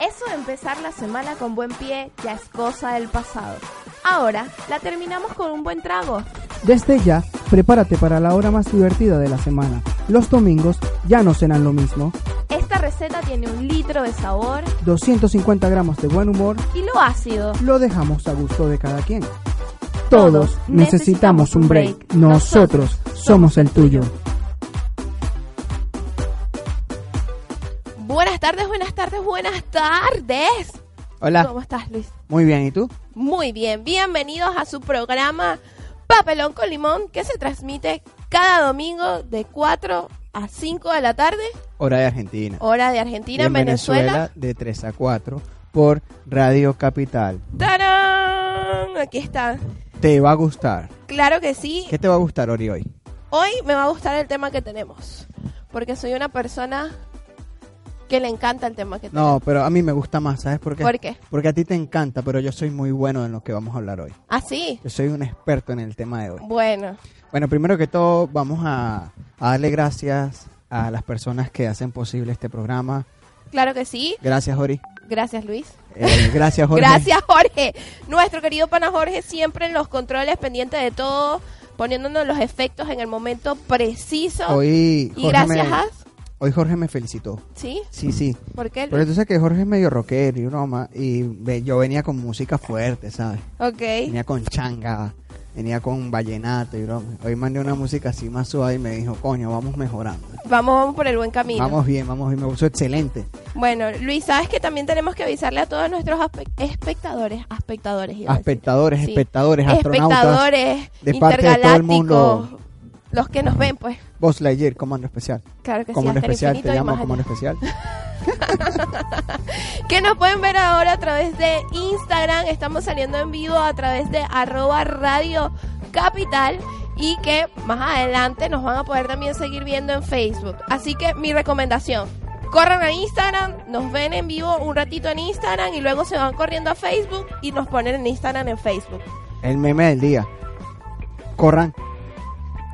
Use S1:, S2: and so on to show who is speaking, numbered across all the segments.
S1: Eso de empezar la semana con buen pie ya es cosa del pasado. Ahora la terminamos con un buen trago.
S2: Desde ya, prepárate para la hora más divertida de la semana. Los domingos ya no serán lo mismo.
S1: Esta receta tiene un litro de sabor
S2: 250 gramos de buen humor
S1: y lo ácido.
S2: lo dejamos a gusto de cada quien.
S1: Todos
S2: Todos necesitamos un break. Nosotros somos el tuyo.
S1: Buenas tardes, buenas tardes, buenas tardes.
S2: Hola,
S1: ¿Cómo estás, Luis?
S2: muy bien, ¿y tú?
S1: Muy bien, bienvenidos a su programa Papelón con Limón que se transmite cada domingo de 4 a 5 de la tarde,
S2: Hora de Argentina.
S1: hora de Argentina, Venezuela.
S2: de 3 a 4 por Radio Capital.
S1: ¡Tarán! Aquí está.
S2: Te va a gustar.
S1: Claro que sí.
S2: ¿Qué te va a gustar, Ori, hoy?
S1: Hoy me va a gustar el tema que tenemos, porque soy una persona que le encanta el tema que tenemos.
S2: No, pero a mí me gusta más, ¿sabes por qué?
S1: ¿Por qué?
S2: Porque a ti te encanta, pero yo soy muy bueno en lo que vamos a hablar hoy.
S1: ¿Ah, sí?
S2: Yo soy un experto en el tema de hoy.
S1: Bueno,
S2: Bueno, primero que todo, vamos a, a darle gracias a las personas que hacen posible este programa.
S1: claro que sí.
S2: Gracias, Ori.
S1: Gracias, Luis.
S2: Eh, gracias, Jorge.
S1: Gracias, Jorge. Nuestro querido pana Jorge siempre en los controles, pendiente de todo, poniéndonos los efectos en el momento preciso.
S2: Hoy
S1: y
S2: Jorge
S1: gracias
S2: me,
S1: a...
S2: Hoy Jorge me felicitó.
S1: ¿Sí?
S2: Sí, sí.
S1: ¿Por qué?
S2: Porque tú sabes que Jorge es medio rockero y broma, y ve- yo venía con música fuerte, ¿sabes?
S1: Ok.
S2: Venía con changa, venía con vallenato y broma. Hoy mandé una música así más suave y me dijo, coño, vamos mejorando.
S1: Vamos, vamos por el buen camino.
S2: Vamos bien, vamos bien, me puso excelente.
S1: Bueno, Luis, sabes que también tenemos que avisarle a todos nuestros aspe- espectadores, espectadores, iba a decir.
S2: Espectadores,
S1: Sí.
S2: espectadores, astronautas,
S1: espectadores,
S2: de parte de todo el
S1: intergalácticos,
S2: mundo.
S1: los que nos ven, pues.
S2: Boss Lightyear, comando especial.
S1: Claro que sí,
S2: Comando
S1: hasta el
S2: especial,
S1: infinito
S2: te
S1: y
S2: llamo
S1: más
S2: comando
S1: allá.
S2: especial.
S1: que nos pueden ver ahora a través de Instagram. Estamos saliendo en vivo a través de arroba radio capital y que más adelante nos van a poder también seguir viendo en Facebook. Así que mi recomendación. Corran a Instagram, nos ven en vivo un ratito en Instagram y luego se van corriendo a Facebook y nos ponen en Instagram en Facebook.
S2: El meme del día. Corran.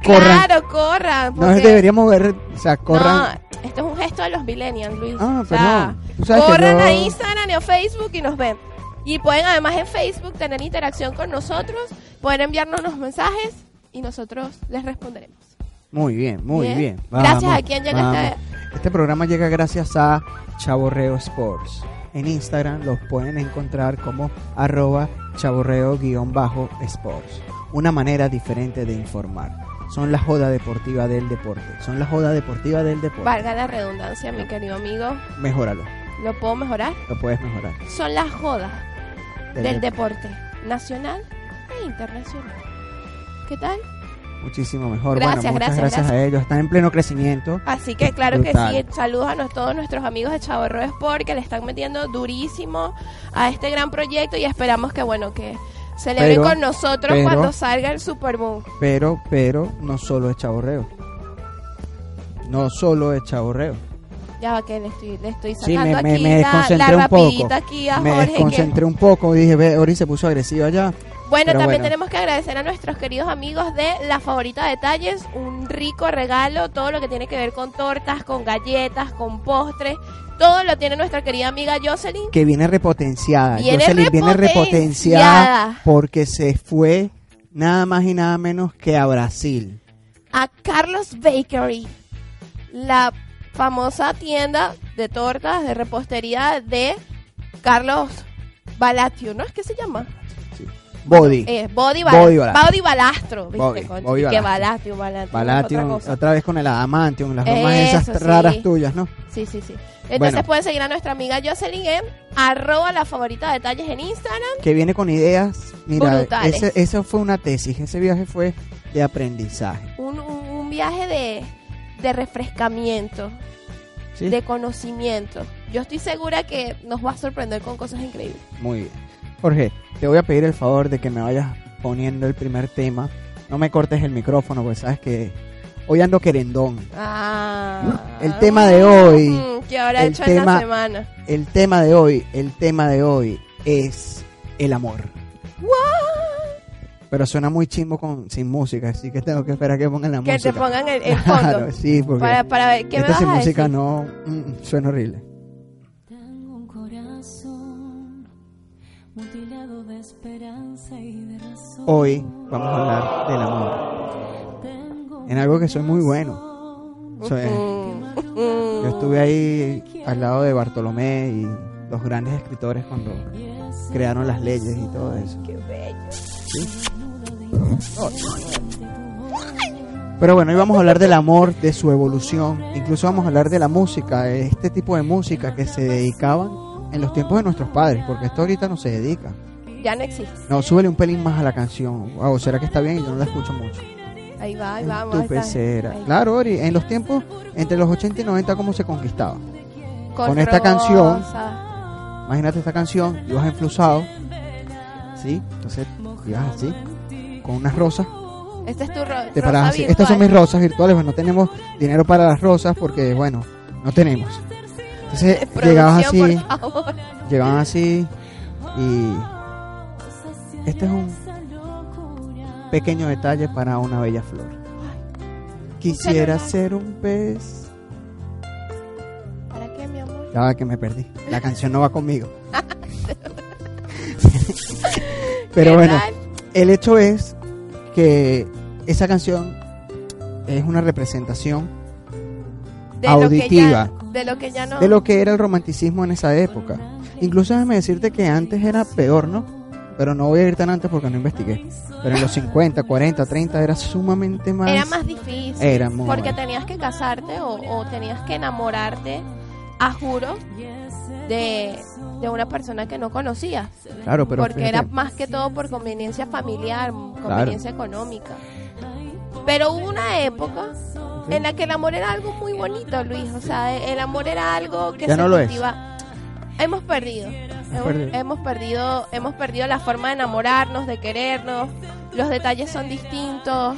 S2: Corran.
S1: Claro, corran.
S2: no
S1: porque-
S2: deberíamos ver, o sea, corran.
S1: No, esto es un gesto de los millennials, Luis.
S2: Ah,
S1: O sea,
S2: perdón. Tú sabes que
S1: corran
S2: yo-
S1: a Instagram y a Facebook y nos ven. Y pueden además en Facebook tener interacción con nosotros, pueden enviarnos unos mensajes y nosotros les responderemos.
S2: Muy bien, muy
S1: Bien.
S2: bien.
S1: Gracias a quien llega
S2: vamos. Este programa llega gracias a Chaborreo Sports. En Instagram los pueden encontrar como arroba chaborreo-sports. Una manera diferente de informar. Son la joda deportiva del deporte. Son la joda deportiva del deporte.
S1: Valga la redundancia, mi querido amigo,
S2: Mejóralo.
S1: lo puedo mejorar.
S2: Lo puedes mejorar.
S1: Son las jodas
S2: Del
S1: del
S2: deporte.
S1: deporte nacional e internacional. ¿Qué tal?
S2: Muchísimo mejor.
S1: Gracias,
S2: bueno, muchas
S1: gracias, Ah.
S2: gracias, a ellos. Están en pleno crecimiento.
S1: Así que claro que
S2: Brutal.
S1: sí, saludos a nos- todos nuestros amigos de Chavarro Sport que le están metiendo durísimo a este gran proyecto y esperamos que bueno que celebren
S2: Pero,
S1: con nosotros
S2: pero-
S1: cuando salga el Super Bowl.
S2: Pero, pero, no solo es chaborreo. No solo es chaborreo.
S1: Ya va que le estoy, le estoy
S2: Sí,
S1: sacando
S2: me, me-
S1: aquí
S2: me
S1: la,
S2: desconcentré
S1: la
S2: un poco.
S1: rapidita aquí a
S2: Me
S1: Jorge. que-
S2: desconcentré un poco. Dije, ve, Ori se puso agresivo allá.
S1: Bueno,
S2: pero
S1: también
S2: bueno.
S1: tenemos que agradecer a nuestros queridos amigos de La Favorita Detalles, un rico regalo, todo lo que tiene que ver con tortas, con galletas, con postres, todo lo tiene nuestra querida amiga Jocelyn.
S2: Que viene repotenciada.
S1: Viene
S2: Jocelyn viene
S1: repotenciada.
S2: repotenciada porque se fue nada más y nada menos que a Brasil.
S1: a Carlos Bakery, la famosa tienda de tortas de repostería de Carlos Balatio, ¿no es que se llama?
S2: Sí. Body.
S1: Eh, body, bala-
S2: Body balastro.
S1: body balastro. ¿viste?
S2: Body-
S1: Concha,
S2: body
S1: y que balastio,
S2: balastro.
S1: balastio.
S2: Balatium,
S1: otra
S2: otra,
S1: cosa.
S2: vez con el adamantium, las bromas
S1: Eso,
S2: esas
S1: sí.
S2: raras tuyas, ¿no?
S1: Sí, sí, sí. Entonces
S2: Bueno.
S1: pueden seguir a nuestra amiga Jocelyn en arroba la favorita de detalles en Instagram.
S2: Que viene con ideas, mira,
S1: Brutales.
S2: ese, eso fue una tesis, ese viaje fue de aprendizaje,
S1: Un, un- un viaje de, de refrescamiento,
S2: ¿sí?
S1: de conocimiento. Yo estoy segura que nos va a sorprender con cosas increíbles.
S2: Muy bien. Jorge, te voy a pedir el favor de que me vayas poniendo el primer tema. No me cortes el micrófono, pues sabes que hoy ando querendón.
S1: Ah.
S2: El tema de hoy,
S1: Mm, que ahora he
S2: el
S1: hecho en
S2: tema-
S1: la semana.
S2: El tema de hoy, el tema de hoy es el amor. Pero suena muy chimbo con, sin música, así que tengo que esperar a que pongan la
S1: Que te
S2: música.
S1: pongan el, el fondo.
S2: Claro, sí, porque
S1: para, para ver qué me
S2: esta
S1: vas
S2: sin
S1: a
S2: música
S1: decir?
S2: no mm, suena horrible.
S3: Tengo un corazón mutilado de esperanza y de razón.
S2: Hoy vamos a hablar del amor.
S3: Tengo
S2: En algo que soy muy
S3: bueno.
S2: O sea,
S1: Mm, mm.
S2: Yo estuve ahí al lado de Bartolomé y los grandes escritores cuando crearon las leyes y todo eso.
S1: Qué bello.
S2: Pero bueno, hoy vamos a hablar del amor, de su evolución, incluso vamos a hablar de la música, de este tipo de música que se dedicaban en los tiempos de nuestros padres, porque esto ahorita no se dedica.
S1: Ya no existe.
S2: No, súbele un pelín más a la canción. Wow, ¿será que está bien? Y yo no la escucho mucho.
S1: Ahí va, ahí
S2: En
S1: va.
S2: tu pecera. Claro, Ori, en los tiempos entre los 80 y 90, ¿cómo se conquistaba? con esta canción, Imagínate esta canción, ibas enflusado, ¿sí? Entonces ibas así, con unas rosas.
S1: Este es tu rol.
S2: Te parabas así. Estas son mis rosas virtuales, pues no tenemos dinero para las rosas porque, bueno, no tenemos. Entonces llegabas así, llegaban así y este es un pequeño detalle para una bella flor. Quisiera ser un pez.
S1: ¿Para qué, mi amor?
S2: Ya va que me perdí. La canción no va conmigo.
S1: ¿Qué
S2: Pero bueno,
S1: tal?
S2: el hecho es que esa canción es una representación
S1: De
S2: auditiva.
S1: Lo que ya, de lo que ya no.
S2: de lo que era el romanticismo en esa época. Incluso déjame decirte que antes era peor, ¿no? Pero no voy a ir tan antes porque no investigué. Pero en los 50, 40, 30 era sumamente más...
S1: Era más difícil.
S2: Era muy-
S1: Porque tenías que casarte o, o tenías que enamorarte, a juro, de, de una persona que no conocías.
S2: Claro, pero
S1: porque
S2: fíjate,
S1: era más que todo por conveniencia familiar, conveniencia económica. Pero hubo una época en la que el amor era algo muy bonito, Luis. O sea, el amor era algo que
S2: Ya
S1: se
S2: no lo es.
S1: cultiva. Hemos perdido. Hemos,
S2: perdido.
S1: hemos perdido, hemos perdido la forma de enamorarnos, de querernos. Los detalles son distintos.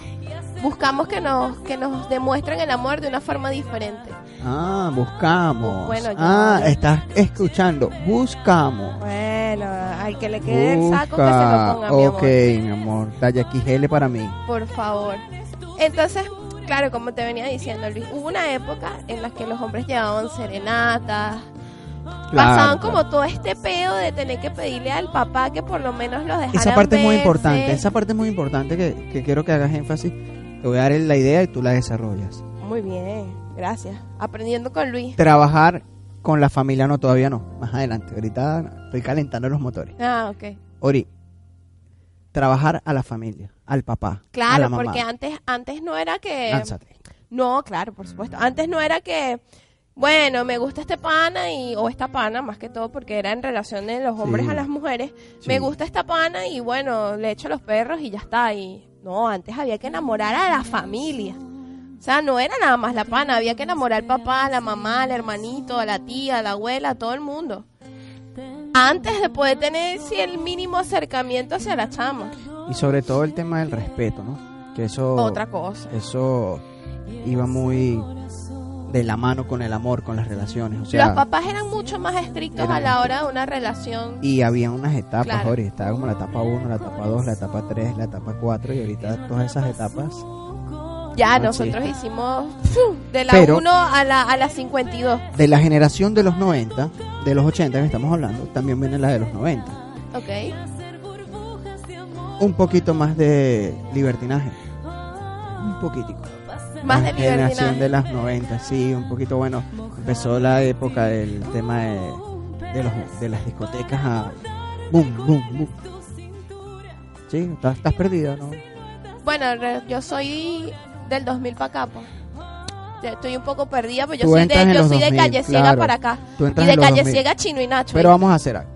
S1: Buscamos que nos que nos demuestren el amor de una forma diferente.
S2: Ah, buscamos.
S1: Bueno, yo-
S2: ah, estás escuchando. Buscamos.
S1: Bueno, al que le quede el saco que se lo
S2: Busca.
S1: ponga, mi amor.
S2: Ok, mi amor. Talla XL para mí.
S1: Por favor. Entonces, claro, como te venía diciendo Luis, hubo una época en la que los hombres llevaban serenatas,
S2: Claro,
S1: pasaban como
S2: claro.
S1: todo este pedo de tener que pedirle al papá que por lo menos los dejara.
S2: Esa parte es muy
S1: verse.
S2: importante. Esa parte es muy importante que, que quiero que hagas énfasis. Te voy a dar la idea y tú la desarrollas.
S1: Muy bien, gracias. Aprendiendo con Luis.
S2: Trabajar con la familia no, todavía no. Más adelante. Ahorita estoy calentando los motores.
S1: Ah, ok.
S2: Ori, trabajar a la familia, al papá, a la
S1: Claro,
S2: mamá.
S1: porque eh, antes antes no era que
S2: Lánzate.
S1: No, claro, por supuesto.
S2: Mm.
S1: Antes no era que, bueno, me gusta este pana y, o esta pana, más que todo, porque era en relación de los hombres
S2: Sí.
S1: a las mujeres.
S2: Sí.
S1: Me gusta esta pana y, bueno, le echo los perros y ya está. Y no, antes había que enamorar a la familia. O sea, no era nada más la pana, había que enamorar al papá, a la mamá, al hermanito, a la tía, a la abuela, a todo el mundo. Antes de poder tener si el mínimo acercamiento hacia la chama.
S2: Y sobre todo el tema del respeto, ¿no? Que eso...
S1: Otra cosa.
S2: eso iba muy de la mano con el amor, con las relaciones. O
S1: Los
S2: sea,
S1: papás eran mucho más estrictos
S2: Eran
S1: a la hora de una relación
S2: y había unas etapas,
S1: Claro.
S2: Ori, estaba como la etapa 1, la etapa 2, la etapa 3, la etapa 4 y ahorita todas esas etapas.
S1: Ya,
S2: No
S1: nosotros
S2: existe.
S1: hicimos ¡fiu! de la
S2: Ah, Pero-
S1: 1 a la, a la 52.
S2: De la generación de los 90, de los 80 que estamos hablando, también viene la de los 90.
S1: Ok.
S2: Un poquito más de libertinaje. Un poquitico.
S1: Más
S2: La
S1: de
S2: generación de
S1: libertinaje.
S2: las 90, sí, un poquito bueno. Empezó la época del tema de, de los, de las discotecas a boom, boom, boom. Sí, estás, estás perdida, ¿no?
S1: Bueno, re- yo soy del 2000 para acá, pues. Ya Estoy un poco perdida, pues yo
S2: Tú
S1: soy
S2: entras
S1: de,
S2: en
S1: yo
S2: los
S1: soy de
S2: 2000,
S1: calle ciega
S2: claro.
S1: para acá.
S2: Tú
S1: Y
S2: entras
S1: de
S2: en los
S1: calle
S2: 2000.
S1: ciega chino y Nacho.
S2: Pero vamos a hacer algo.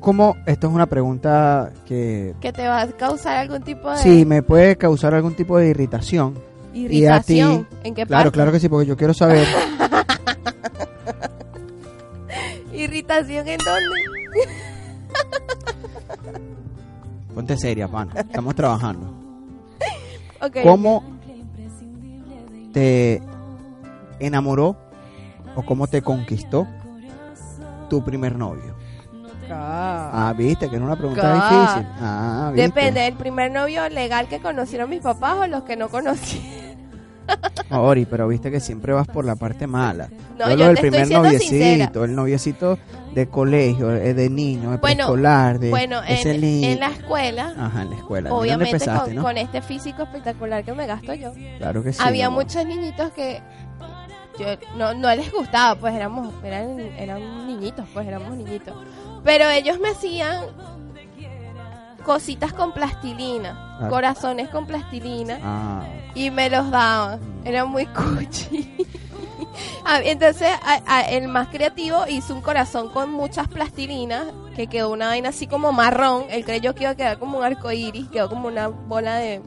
S2: ¿Cómo? Esto es una pregunta que
S1: Que te va a causar algún tipo de
S2: sí me puede causar algún tipo de irritación.
S1: irritación.
S2: ti,
S1: ¿En qué
S2: Claro,
S1: parte?
S2: claro que sí, porque yo quiero saber.
S1: ¿Irritación en dónde?
S2: Ponte seria, pana. Estamos trabajando.
S1: Ok.
S2: ¿Cómo te enamoró o cómo te conquistó tu primer novio? Ah, viste que era una pregunta
S1: Ca-
S2: difícil. Ah, viste.
S1: Depende del primer novio legal que conocieron mis papás o los que no conocí.
S2: Ori, pero viste que siempre vas por la parte mala.
S1: No, yo
S2: Yo lo del
S1: te estoy
S2: primer
S1: siendo
S2: noviecito,
S1: sincera.
S2: el noviecito de colegio, eh, de niño, de
S1: Bueno,
S2: preescolar, de
S1: bueno,
S2: ese Ah.
S1: en,
S2: lindo.
S1: en la escuela,
S2: Ajá, en la escuela. ¿Dónde
S1: obviamente
S2: empezaste,
S1: con,
S2: no?
S1: con este físico espectacular que me gasto yo,
S2: Claro que sí.
S1: había
S2: mi amor.
S1: muchos niñitos que yo no, no les gustaba, pues éramos, eran, eran niñitos, pues éramos niñitos. Pero ellos me hacían cositas con plastilina,
S2: Ah.
S1: corazones con plastilina.
S2: Ah,
S1: y me los daban. Era muy cuchi. Ah, Entonces, a- a- el más creativo hizo un corazón con muchas plastilinas que quedó una vaina así como marrón. Él creyó que iba a quedar como un arco iris, quedó como una bola de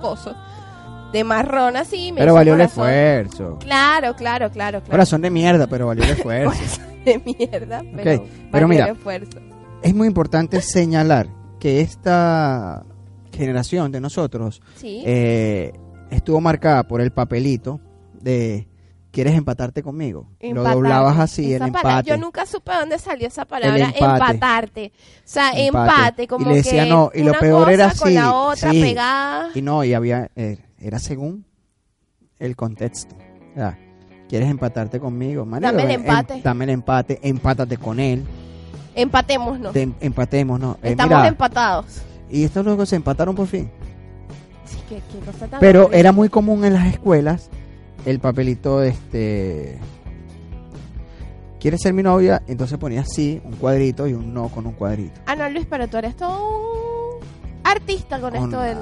S1: coso de marrón así. me
S2: pero
S1: hizo
S2: valió el
S1: corazón.
S2: esfuerzo.
S1: Claro, claro, claro, claro.
S2: Corazón de mierda, pero valió el esfuerzo.
S1: Corazón de mierda, pero,
S2: Ok, pero
S1: valió
S2: mira.
S1: el esfuerzo.
S2: es muy importante señalar que esta generación de nosotros
S1: Sí.
S2: eh, estuvo marcada por el papelito de ¿quieres empatarte conmigo?
S1: Empatar.
S2: Lo doblabas así,
S1: Esa
S2: el
S1: pala-
S2: empate.
S1: Yo nunca supe dónde salió esa palabra,
S2: El empate.
S1: empatarte. O sea, empate,
S2: Empate.
S1: como
S2: Y le decía
S1: que
S2: no, y lo
S1: una
S2: peor era
S1: cosa con
S2: sí,
S1: la otra
S2: sí.
S1: pegada.
S2: Y no, y había, eh, era según el contexto. O sea, ¿Quieres empatarte conmigo? Marico,
S1: Dame el
S2: em-
S1: empate.
S2: dame el empate, empátate con él,
S1: Empatémonos.
S2: te em- empatemos, ¿no? Eh,
S1: Estamos
S2: mira,
S1: empatados.
S2: y estos locos se empataron por fin.
S1: Sí, qué- qué cosa tan
S2: Pero
S1: horrible.
S2: era muy común en las escuelas el papelito de este... ¿Quieres ser mi novia? Entonces ponía sí, un cuadrito y un no con un cuadrito.
S1: Ah, no, Luis, pero tú eres todo un artista con
S2: Con-
S1: esto del...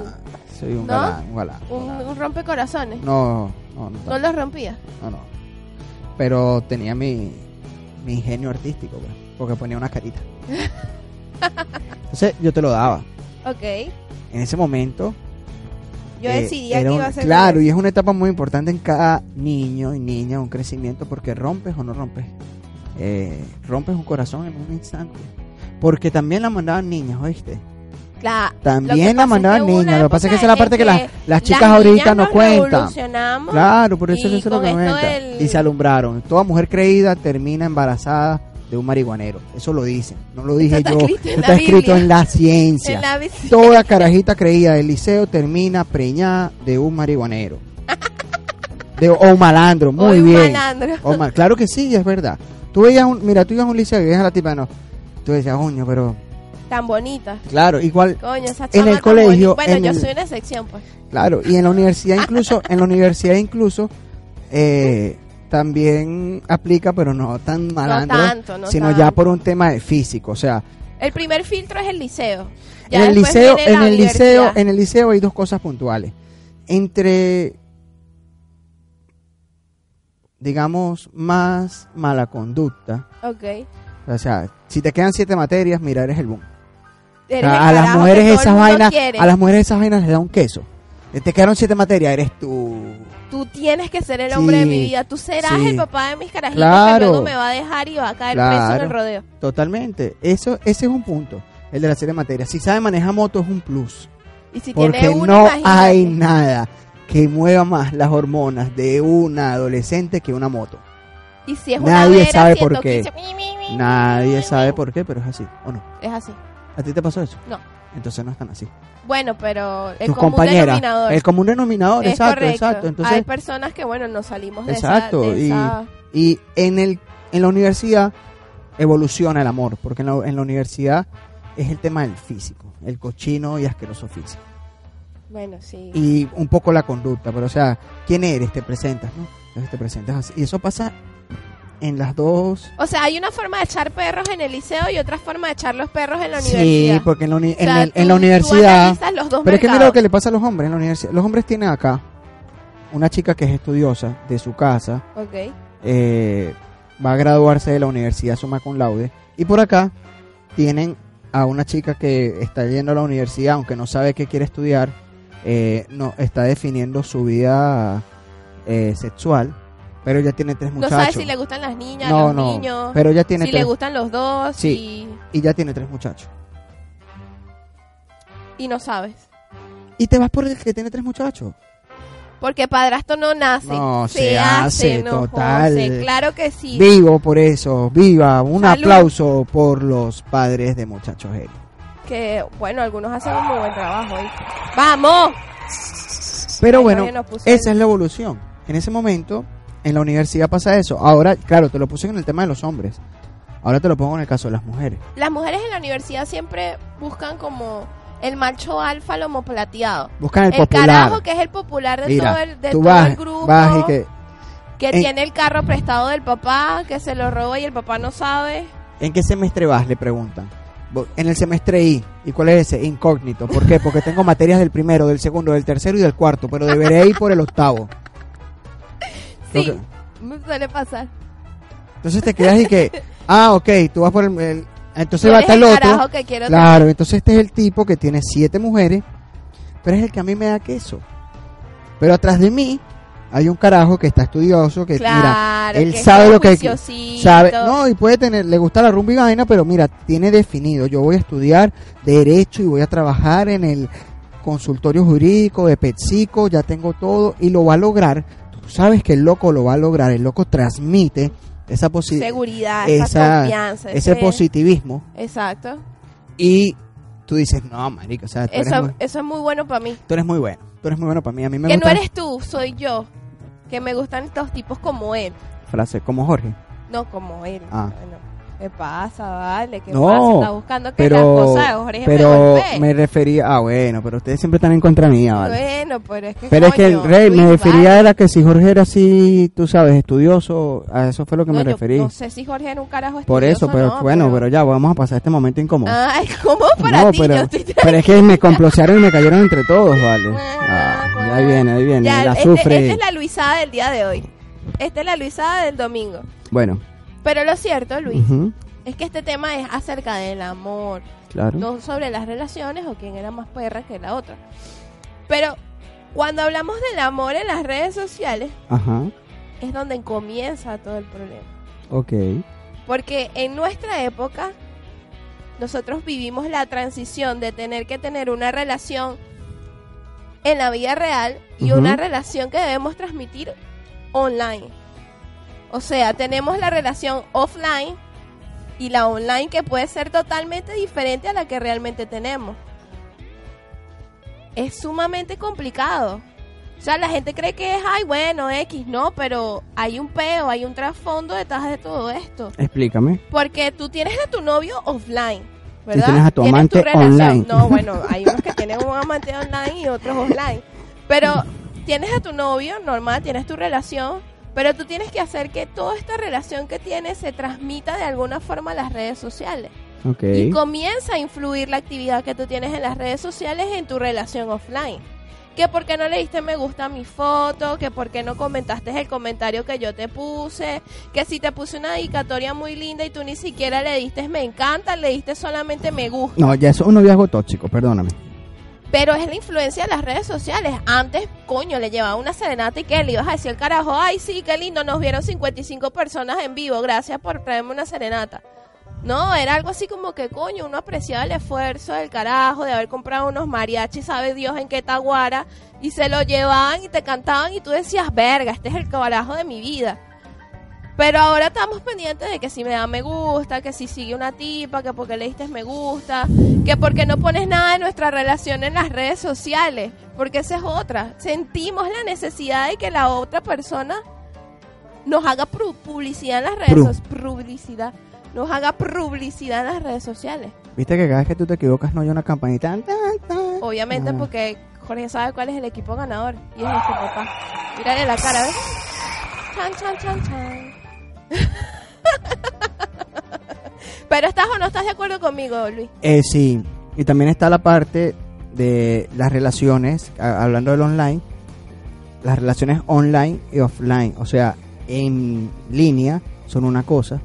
S2: Soy un
S1: ¿No?
S2: galán, un galán.
S1: Un, un rompecorazones. No,
S2: No, no, no.
S1: los rompía.
S2: No, no. Pero tenía mi, mi ingenio artístico, pues, porque ponía una carita. Entonces yo te lo daba.
S1: Ok.
S2: En ese momento.
S1: Yo
S2: eh,
S1: decidía
S2: era
S1: que
S2: un-
S1: iba a ser...
S2: Claro, y es una etapa muy importante en cada niño y niña, un crecimiento, porque rompes o no rompes. Eh, rompes un corazón en un instante. Porque también la mandaban niñas, ¿oíste?
S1: Cla- lo que
S2: También
S1: pasa
S2: la
S1: es
S2: mandaban
S1: que hubo una
S2: niñas. Lo que pasa es que esa es la
S1: época
S2: parte que,
S1: en
S2: las, las chicas
S1: las
S2: ahorita
S1: niñas
S2: no
S1: nos
S2: cuentan.
S1: revolucionamos.
S2: Claro, por eso,
S1: Y
S2: eso es lo
S1: con
S2: que
S1: esto
S2: comenta.
S1: del-
S2: Y se alumbraron. Toda mujer creída termina embarazada de un marihuanero. Eso lo dicen. No lo dije
S1: está
S2: yo.
S1: escrito en
S2: Eso
S1: la
S2: está escrito
S1: Biblia.
S2: en la ciencia.
S1: En la bici-
S2: Toda carajita creída del liceo termina preñada de un marihuanero. De, o un malandro, muy
S1: Hoy un
S2: bien.
S1: malandro.
S2: O ma- claro que sí, es verdad. Tú veías un, mira, tú ibas a un liceo y veías a la tipa, no. Tú decías, coño, pero.
S1: Tan bonita.
S2: Claro, igual,
S1: Coño, esa
S2: En
S1: chama
S2: el
S1: tan bonita.
S2: colegio,
S1: Bueno,
S2: en
S1: yo
S2: el-
S1: soy una excepción, pues.
S2: Claro, y en la universidad incluso, en la universidad incluso, eh, también aplica, pero no tan malandro,
S1: tanto, no
S2: sino
S1: tanto.
S2: ya por un tema de físico, o sea,
S1: El primer filtro es el liceo. Ya
S2: en el
S1: después
S2: liceo,
S1: viene
S2: en
S1: la
S2: el liceo,
S1: universidad.
S2: en el liceo hay dos cosas puntuales. Entre digamos más mala conducta,
S1: Ok. Eres
S2: o sea, si te quedan siete materias, mira, eres el boom. O
S1: el
S2: sea, a las
S1: carajo
S2: mujeres
S1: que todo el
S2: esas
S1: mundo
S2: vainas,
S1: quiere.
S2: a las mujeres esas vainas les da un queso. Te quedaron siete materias, eres tú.
S1: Tú tienes que ser el hombre de
S2: Sí,
S1: mi vida. Tú serás
S2: sí.
S1: el papá de mis carajitos que
S2: Claro.
S1: luego me va a dejar y va a caer preso en el
S2: Claro.
S1: rodeo.
S2: Totalmente. Eso, ese es un punto, el de la serie de materia. Si sabe manejar moto es un plus.
S1: Y si
S2: Porque
S1: tiene uno,
S2: no
S1: imagínate.
S2: hay nada que mueva más las hormonas de una adolescente que una moto.
S1: Y si es
S2: nadie
S1: una vera,
S2: sabe por
S1: 115, mi, mi, mi, mi, mi,
S2: Nadie
S1: mi.
S2: sabe por qué, pero es así. ¿O no?
S1: Es así.
S2: ¿A ti te pasó eso?
S1: No.
S2: Entonces no están así.
S1: Bueno, pero el
S2: Tus
S1: común
S2: compañeras.
S1: denominador.
S2: El común denominador,
S1: es
S2: exacto,
S1: correcto.
S2: exacto. Entonces,
S1: Hay personas que, bueno, no salimos de
S2: Exacto,
S1: esa... de
S2: y-
S1: esa-
S2: Y en, el, en la universidad evoluciona el amor, porque en la, en la universidad es el tema del físico, el cochino y asqueroso físico.
S1: Bueno, sí.
S2: Y un poco la conducta, pero o sea, ¿quién eres? Te presentas, ¿no? Entonces te presentas así. Y eso pasa en las dos.
S1: O sea, hay una forma de echar perros en el liceo y otra forma de echar los perros en la
S2: Sí,
S1: universidad.
S2: porque en la, uni-
S1: O sea,
S2: en el- en
S1: tú-
S2: la
S1: tú
S2: universidad.
S1: analizas los dos
S2: Pero es que mira
S1: mercados.
S2: lo que le pasa a los hombres en la universidad. Los hombres tienen acá una chica que es estudiosa de su casa,
S1: Ok.
S2: eh, va a graduarse de la universidad summa con laude. Y por acá tienen a una chica que está yendo a la universidad, aunque no sabe qué quiere estudiar, eh, no está definiendo su vida eh, sexual, pero ya tiene tres
S1: No
S2: muchachos.
S1: sabes si le gustan las niñas,
S2: No,
S1: los
S2: no,
S1: niños,
S2: pero ya tiene
S1: si le
S2: tres,
S1: gustan los dos
S2: Sí. y ya tiene tres muchachos.
S1: y, y no sabes.
S2: Y te vas por el que tiene tres muchachos.
S1: Porque padrastro no nace.
S2: No, se hace,
S1: no,
S2: total.
S1: José, claro que sí.
S2: Vivo por eso, viva. Un
S1: Salud.
S2: aplauso por los padres de muchachos. Eric.
S1: que bueno, algunos hacen un muy buen trabajo. ¿eh? ¡Vamos!
S2: Pero
S1: Ay,
S2: bueno,
S1: todavía no puse
S2: esa
S1: el-
S2: es la evolución. En ese momento, en la universidad pasa eso. Ahora, claro, te lo puse en el tema de los hombres. Ahora te lo pongo en el caso de las mujeres.
S1: Las mujeres en la universidad siempre buscan como el macho alfa lomo plateado.
S2: Buscan el,
S1: El,
S2: popular.
S1: carajo que es el popular de
S2: Mira,
S1: todo el, de
S2: tú
S1: todo
S2: vas,
S1: el grupo.
S2: vas y que,
S1: que
S2: en-
S1: tiene el carro prestado del papá, que se lo roba y el papá no sabe.
S2: ¿en qué semestre vas? Le preguntan. Bo- En el semestre I. ¿Y cuál es ese? Incógnito. ¿Por qué? Porque tengo materias del primero, del segundo, del tercero y del cuarto, pero deberé ir por el octavo.
S1: Sí,
S2: Ok.
S1: me suele pasar.
S2: Entonces te quedas y que, ah, ok, tú vas por el... el- entonces
S1: Tú
S2: va
S1: eres
S2: hasta el
S1: el
S2: otro.
S1: carajo que quiero
S2: Claro, entonces este es el tipo que tiene siete mujeres, pero es el que a mí me da queso. Pero atrás de mí hay un carajo que está estudioso, que
S1: Claro,
S2: mira, él
S1: que es
S2: sabe lo que
S1: juiciosito.
S2: sabe, no, y puede tener, le gusta la rumba y vaina, pero mira, tiene definido, yo voy a estudiar derecho y voy a trabajar en el consultorio jurídico de Petsico, ya tengo todo y lo va a lograr. Tú sabes que el loco lo va a lograr, el loco transmite esa posibilidad,
S1: Seguridad,
S2: esa-
S1: esa confianza.
S2: ese positivismo
S1: Exacto.
S2: y tú dices, no, marico, o sea, Ah, tú, eres
S1: Eso,
S2: muy,
S1: eso es muy bueno para mí.
S2: tú eres muy bueno. Tú eres muy bueno para mí. A mí me
S1: Que no
S2: gusta
S1: eres tú, soy yo. Que me gustan estos tipos como él.
S2: la frase, como Jorge.
S1: No, como él.
S2: Ah.
S1: Bueno, ¿Qué pasa, vale? ¿Qué
S2: No,
S1: pasa? Está buscando que las
S2: Pero,
S1: cosas de Jorge
S2: pero
S1: me,
S2: me refería, ah, bueno, pero ustedes siempre están en contra mía,
S1: golpeen. Bueno,
S2: ¿vale?
S1: pero es que.
S2: Pero es que el
S1: coño,
S2: rey me
S1: Luis,
S2: refería
S1: vale.
S2: era que si Jorge era así, tú sabes, estudioso, a eso fue lo que
S1: No,
S2: me
S1: yo
S2: referí.
S1: No sé si Jorge era un carajo
S2: Por eso, pero
S1: estudioso, no,
S2: bueno, pero ya vamos a pasar este momento incómodo.
S1: Ay, ¿cómo para
S2: no,
S1: ti?
S2: pero,
S1: Yo estoy
S2: pero es que me complosearon y me cayeron entre todos, ¿vale?
S1: Ah,
S2: Ah,
S1: bueno.
S2: ahí viene, ahí viene,
S1: Ya,
S2: la
S1: este-
S2: sufre.
S1: Esta es la Luisada del día de hoy. Esta es la Luisada del domingo.
S2: Bueno,
S1: Pero lo cierto, Luis,
S2: ujú,
S1: es que este tema es acerca del amor,
S2: claro.
S1: no sobre las relaciones o quién era más perra que la otra. Pero cuando hablamos del amor en las redes sociales,
S2: Ajá,
S1: es donde comienza todo el problema.
S2: ok.
S1: Porque en nuestra época, nosotros vivimos la transición de tener que tener una relación en la vida real y
S2: Ujú.
S1: una relación que debemos transmitir online. O sea, tenemos la relación offline y la online que puede ser totalmente diferente a la que realmente tenemos. Es sumamente complicado. O sea, la gente cree que es, ay, bueno, X, no, pero hay un peo, hay un trasfondo detrás de todo esto.
S2: Explícame.
S1: Porque tú tienes a tu novio offline, ¿verdad?
S2: tienes a tu amante
S1: relación.
S2: online.
S1: No, bueno, hay unos que tienen un amante online y otros offline. Pero tienes a tu novio normal, tienes tu relación, pero tú tienes que hacer que toda esta relación que tienes se transmita de alguna forma a las redes sociales.
S2: Ok.
S1: Y comienza a influir la actividad que tú tienes en las redes sociales en tu relación offline. Que por qué no le diste me gusta a mi foto, que por qué no comentaste el comentario que yo te puse, que si te puse una dedicatoria muy linda y tú ni siquiera le diste me encanta, le diste solamente me gusta.
S2: No, ya eso es un noviazgo tóxico, perdóname.
S1: Pero es la influencia de las redes sociales. Antes, coño, le llevaba una serenata y que le ibas a decir el carajo, ay sí, qué lindo, nos vieron 55 personas en vivo, gracias por traerme una serenata. No, era algo así como que, coño, uno apreciaba el esfuerzo del carajo de haber comprado unos mariachis, sabe Dios en qué taguara, y se lo llevaban y te cantaban y tú decías, verga, este es el carajo de mi vida. Pero ahora estamos pendientes de que si me da me gusta, que si sigue una tipa, que porque le diste me gusta, que porque no pones nada de nuestra relación en las redes sociales, porque esa es otra. Sentimos la necesidad de que la otra persona nos haga pru- publicidad en las redes
S2: Pru.
S1: sociales. Publicidad. Nos haga publicidad en las redes sociales.
S2: Viste que cada vez que tú te equivocas no hay una campanita. Tan, tan, tan.
S1: Obviamente
S2: Ah.
S1: porque Jorge sabe cuál es el equipo ganador y es nuestro papá. Mírale la cara, ¿ves? Chan, chan, chan, chan. Pero estás o no estás de acuerdo conmigo, Luis.
S2: Eh, sí, y también está la parte de las relaciones, a- hablando del online, las relaciones online y offline, o sea, en línea son una cosa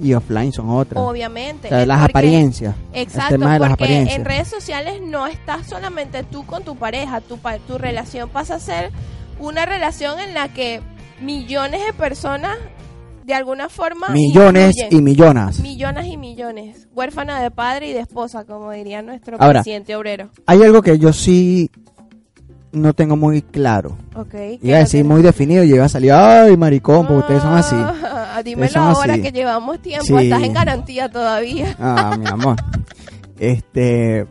S2: y offline son otra.
S1: Obviamente.
S2: O sea, las
S1: porque-
S2: apariencias. el
S1: Exacto,
S2: tema de las
S1: porque
S2: apariencias.
S1: en redes sociales no estás solamente tú con tu pareja, tu, pa- tu relación pasa a ser una relación en la que millones de personas de alguna forma
S2: Millones
S1: influyen.
S2: y millonas.
S1: millones y millones, huérfana de padre y de esposa, como diría nuestro
S2: Ahora.
S1: presidente obrero.
S2: Hay algo que yo sí no tengo muy claro.
S1: Ok.
S2: Iba a decir muy definido y iba a salir, ay, maricón, porque ustedes son así.
S1: Ah, Dímelo
S2: son
S1: ahora
S2: así.
S1: que llevamos tiempo,
S2: Sí.
S1: estás en garantía todavía.
S2: Ah, mi amor. Este,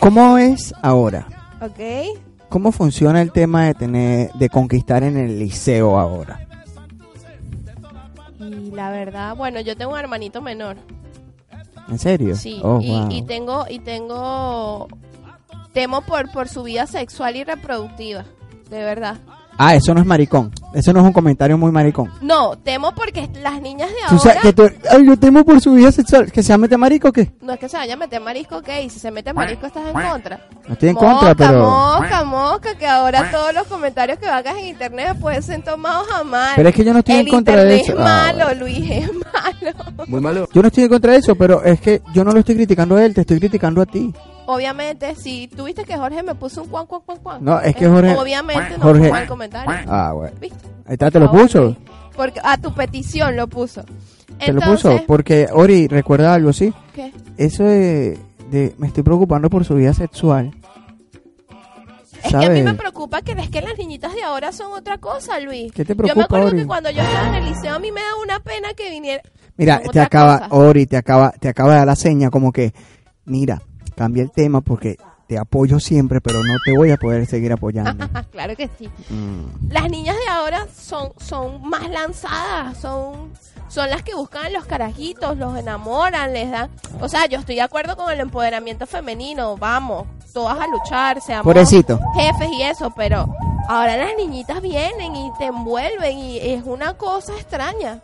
S2: ¿cómo es ahora?
S1: Ok.
S2: ¿Cómo funciona el tema de tener, de conquistar en el liceo ahora?
S1: Y la verdad, bueno, yo tengo un hermanito menor.
S2: ¿En serio?
S1: Sí,
S2: Oh,
S1: y,
S2: wow.
S1: y tengo y tengo temo por por su vida sexual y reproductiva, de verdad.
S2: Ah, eso no es maricón. Eso no es un comentario muy maricón.
S1: No, temo porque las niñas de
S2: Tú sabes
S1: ahora
S2: que tú- ay, yo temo por su vida sexual. Que se mete marico o qué?
S1: no es que se vaya a meter marisco, ok, si se mete marisco estás en contra.
S2: No estoy en
S1: Mosca,
S2: contra, pero.
S1: mosca, mosca, que ahora todos los comentarios que hagas en internet pueden ser tomados a mal.
S2: Pero es que yo no estoy
S1: El
S2: en contra de
S1: internet
S2: eso.
S1: es
S2: Ah,
S1: malo,
S2: bueno.
S1: Luis, es malo.
S4: Muy malo.
S2: Yo no estoy en contra de eso, pero es que yo no lo estoy criticando a él, te estoy criticando a ti.
S1: Obviamente, si tuviste que Jorge me puso un cuan, cuan, cuan, cuan.
S2: No, es que
S1: Eh,
S2: Jorge-
S1: Obviamente no
S2: Jorge-
S1: fue el comentario.
S2: Ah, bueno.
S1: ¿Viste?
S2: Ahí está, te lo
S1: Ahora
S2: puso.
S1: sí, Porque a tu petición lo puso.
S2: Te lo
S1: Entonces,
S2: puso. Porque, Ori, recuerda algo, ¿sí?
S1: ¿qué?
S2: Eso de, de me estoy preocupando por su vida sexual.
S1: Es que a mí
S2: ¿Sabes?
S1: me preocupa que es que las niñitas de ahora son otra cosa, Luis.
S2: ¿Qué te
S1: yo me
S2: preocupa,
S1: acuerdo
S2: Ori?
S1: que cuando yo estaba en el liceo a mí me da una pena que viniera.
S2: Mira,
S1: con
S2: te
S1: otra
S2: acaba,
S1: cosa.
S2: Ori, te acaba, te acaba de dar la seña como que, mira, cambia el tema porque te apoyo siempre, pero no te voy a poder seguir apoyando.
S1: claro que sí.
S2: Mm.
S1: Las niñas de ahora son son más lanzadas, son son las que buscan a los carajitos, los enamoran, les dan. O sea, yo estoy de acuerdo con el empoderamiento femenino, vamos, todas a luchar, seamos
S2: Pobrecito.
S1: jefes y eso, pero ahora las niñitas vienen y te envuelven y es una cosa extraña.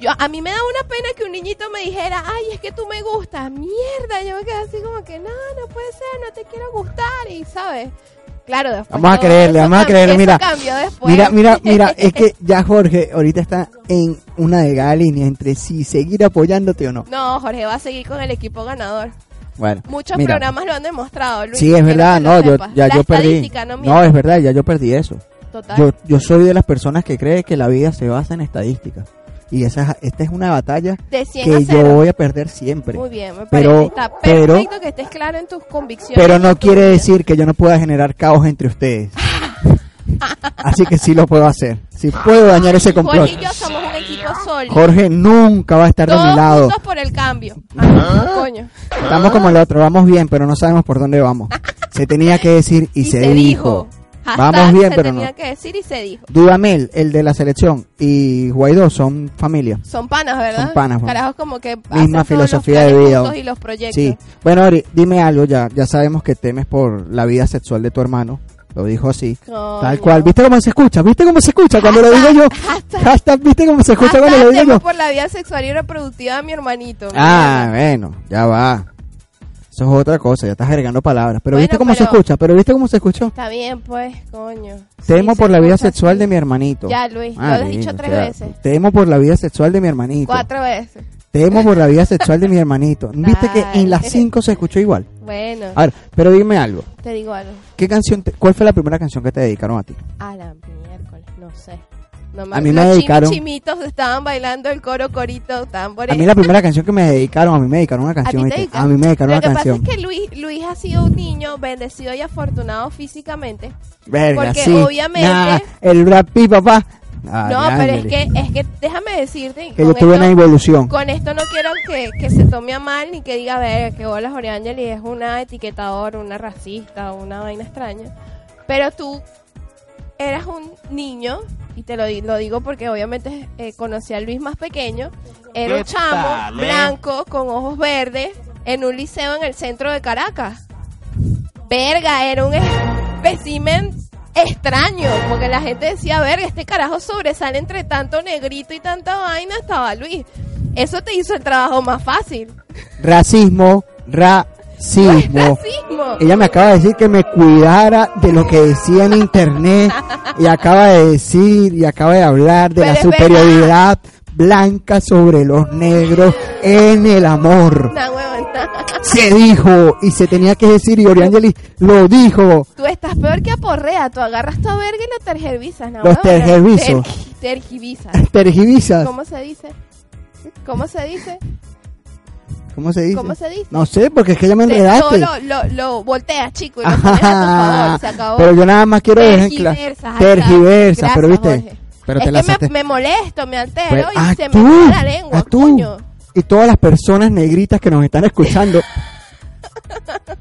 S1: Yo, a mí me da una pena que un niñito me dijera, ay, es que tú me gustas, mierda. Yo me quedé así como que, no, no puede ser, no te quiero gustar, y sabes. Claro, después.
S2: Vamos a
S1: todo
S2: creerle,
S1: eso
S2: vamos a
S1: cam-
S2: creerle,
S1: eso
S2: mira.
S1: cambió después.
S2: Mira, mira, mira, es que ya Jorge ahorita está en una delgada línea entre si seguir apoyándote o no.
S1: No, Jorge va a seguir con el equipo ganador.
S2: Bueno,
S1: Muchos
S2: mira.
S1: programas lo han demostrado, Luis.
S2: Sí, es
S1: quiero
S2: verdad,
S1: que lo
S2: no, yo,
S1: sepas.
S2: ya
S1: La
S2: yo perdí.
S1: estadística, No,
S2: No,
S1: miente.
S2: es verdad, ya yo perdí eso.
S1: Total.
S2: Yo, yo soy de las personas que cree que la vida se basa en estadísticas. Y esa, esta es una batalla
S1: de 100 a
S2: que
S1: 0.
S2: yo voy a perder siempre.
S1: Muy bien, me
S2: Pero-
S1: parece. Está
S2: pero-
S1: perfecto que estés claro en tus convicciones.
S2: Pero no
S1: en tu
S2: quiere
S1: vida.
S2: decir que yo no pueda generar caos entre ustedes. Así que sí lo puedo hacer. Sí puedo dañar ese complot.
S1: Jorge Pues, y yo somos un equipo sólido.
S2: Jorge nunca va a estar de
S1: Todos
S2: mi lado.
S1: juntos por el cambio. Ay, no, coño.
S2: Estamos como el otro, vamos bien, pero no sabemos por dónde vamos. Se tenía que decir y, se, dijo.
S1: Hashtag
S2: Vamos bien,
S1: se
S2: pero no.
S1: tenía que decir y se dijo.
S2: Dudamel, el de la selección, y Guaidó son familia.
S1: Son panas, ¿verdad?
S2: Son panas, bueno.
S1: Carajos como que hacen
S2: Misma
S1: todos
S2: filosofía
S1: los
S2: de
S1: planes
S2: vida.
S1: juntos y los proyectos.
S2: Sí. Bueno, Ori, dime algo ya. Ya sabemos que temes por la vida sexual de tu hermano. Lo dijo así.
S1: Coño.
S2: Tal cual. ¿Viste cómo se escucha? ¿Viste cómo se escucha cuando lo digo yo?
S1: Hashtag-
S2: Hashtag, ¿viste cómo se escucha cuando
S1: Hashtag
S2: lo digo
S1: temo
S2: yo?
S1: por la vida sexual y reproductiva de mi hermanito.
S2: Ah, bueno, ya va. Eso es otra cosa, ya estás agregando palabras. Pero
S1: Bueno,
S2: ¿viste cómo se
S1: pero-
S2: escucha? ¿Pero viste cómo se escuchó?
S1: Está bien, pues, coño.
S2: Temo
S1: Sí,
S2: por
S1: se
S2: la vida
S1: escucha
S2: sexual
S1: así.
S2: de mi hermanito.
S1: Ya, Luis, lo has dicho
S2: Marico,
S1: tres
S2: o sea,
S1: veces.
S2: Temo por la vida sexual de mi hermanito.
S1: Cuatro veces.
S2: Temo por la vida sexual de mi hermanito. ¿Viste que
S1: Dale.
S2: en las cinco se escuchó igual?
S1: Bueno,
S2: A ver, pero dime algo.
S1: te digo algo.
S2: ¿Qué canción te- ¿Cuál fue la primera canción que te dedicaron a ti?
S1: A la miércoles, no sé. No
S2: A mí me
S1: los
S2: dedicaron-
S1: chimichitos estaban bailando el coro corito tambores.
S2: A mí la primera canción que me dedicaron, a mí me dedicaron una
S1: ¿A ti
S2: canción.
S1: te
S2: ¿viste?
S1: dedicaron?
S2: A mí me dedicaron
S1: Lo
S2: una
S1: que
S2: canción.
S1: pasa es que Luis, Luis ha sido un niño bendecido y afortunado físicamente.
S2: Verga,
S1: porque
S2: sí.
S1: obviamente-
S2: Nah, el Brad Pitt, papá. Ah,
S1: no,
S2: ya,
S1: pero es
S2: Emily.
S1: que, es que déjame decirte y
S2: Que
S1: con
S2: yo tuve una
S1: esto-
S2: evolución.
S1: Con esto no quiero que, que se tome a mal ni que diga, ver, que bolas Jorge Ángel y es una etiquetadora, una racista, una vaina extraña. Pero tú eras un niño, y te lo, di- lo digo porque obviamente eh, conocí a Luis más pequeño, era un chamo blanco con ojos verdes en un liceo en el centro de Caracas. Verga, era un espécimen extraño, porque la gente decía, ver, este carajo sobresale entre tanto negrito y tanta vaina, estaba Luis. Eso te hizo el trabajo más fácil.
S2: Racismo, racismo.
S1: Racismo.
S2: Ella me acaba de decir que me cuidara de lo que decía en internet y acaba de decir y acaba de hablar de
S1: Pero
S2: la
S1: es verdad.
S2: superioridad blanca sobre los negros en el amor.
S1: Nah, huevón, nah.
S2: Se dijo y se tenía que decir y Oriangelis lo dijo.
S1: Tú estás peor que aporrea, tú agarras tu verga y la tergiversas. nah,
S2: Los
S1: huevón.
S2: tergiverso.
S1: Tergi- tergiversas.
S2: Tergivisas.
S1: ¿Cómo se dice? ¿Cómo se dice?
S2: ¿Cómo se dice?
S1: ¿Cómo se dice?
S2: No sé, porque es que ya me
S1: Te- no,
S2: enredaste.
S1: lo, lo, lo volteas, chico, y lo pones a tu favor, se acabó.
S2: Pero yo nada más quiero dejar en claro.
S1: tergiversas. ahí está.
S2: Tergiversas, pero
S1: Gracias,
S2: viste.
S1: Jorge.
S2: Pero
S1: es
S2: te
S1: que
S2: lanzaste.
S1: me, me molesto, me altero
S2: Pues,
S1: y
S2: ah,
S1: se
S2: tú,
S1: me va la lengua,
S2: ah, tú.
S1: coño.
S2: Y todas las personas negritas que nos están escuchando.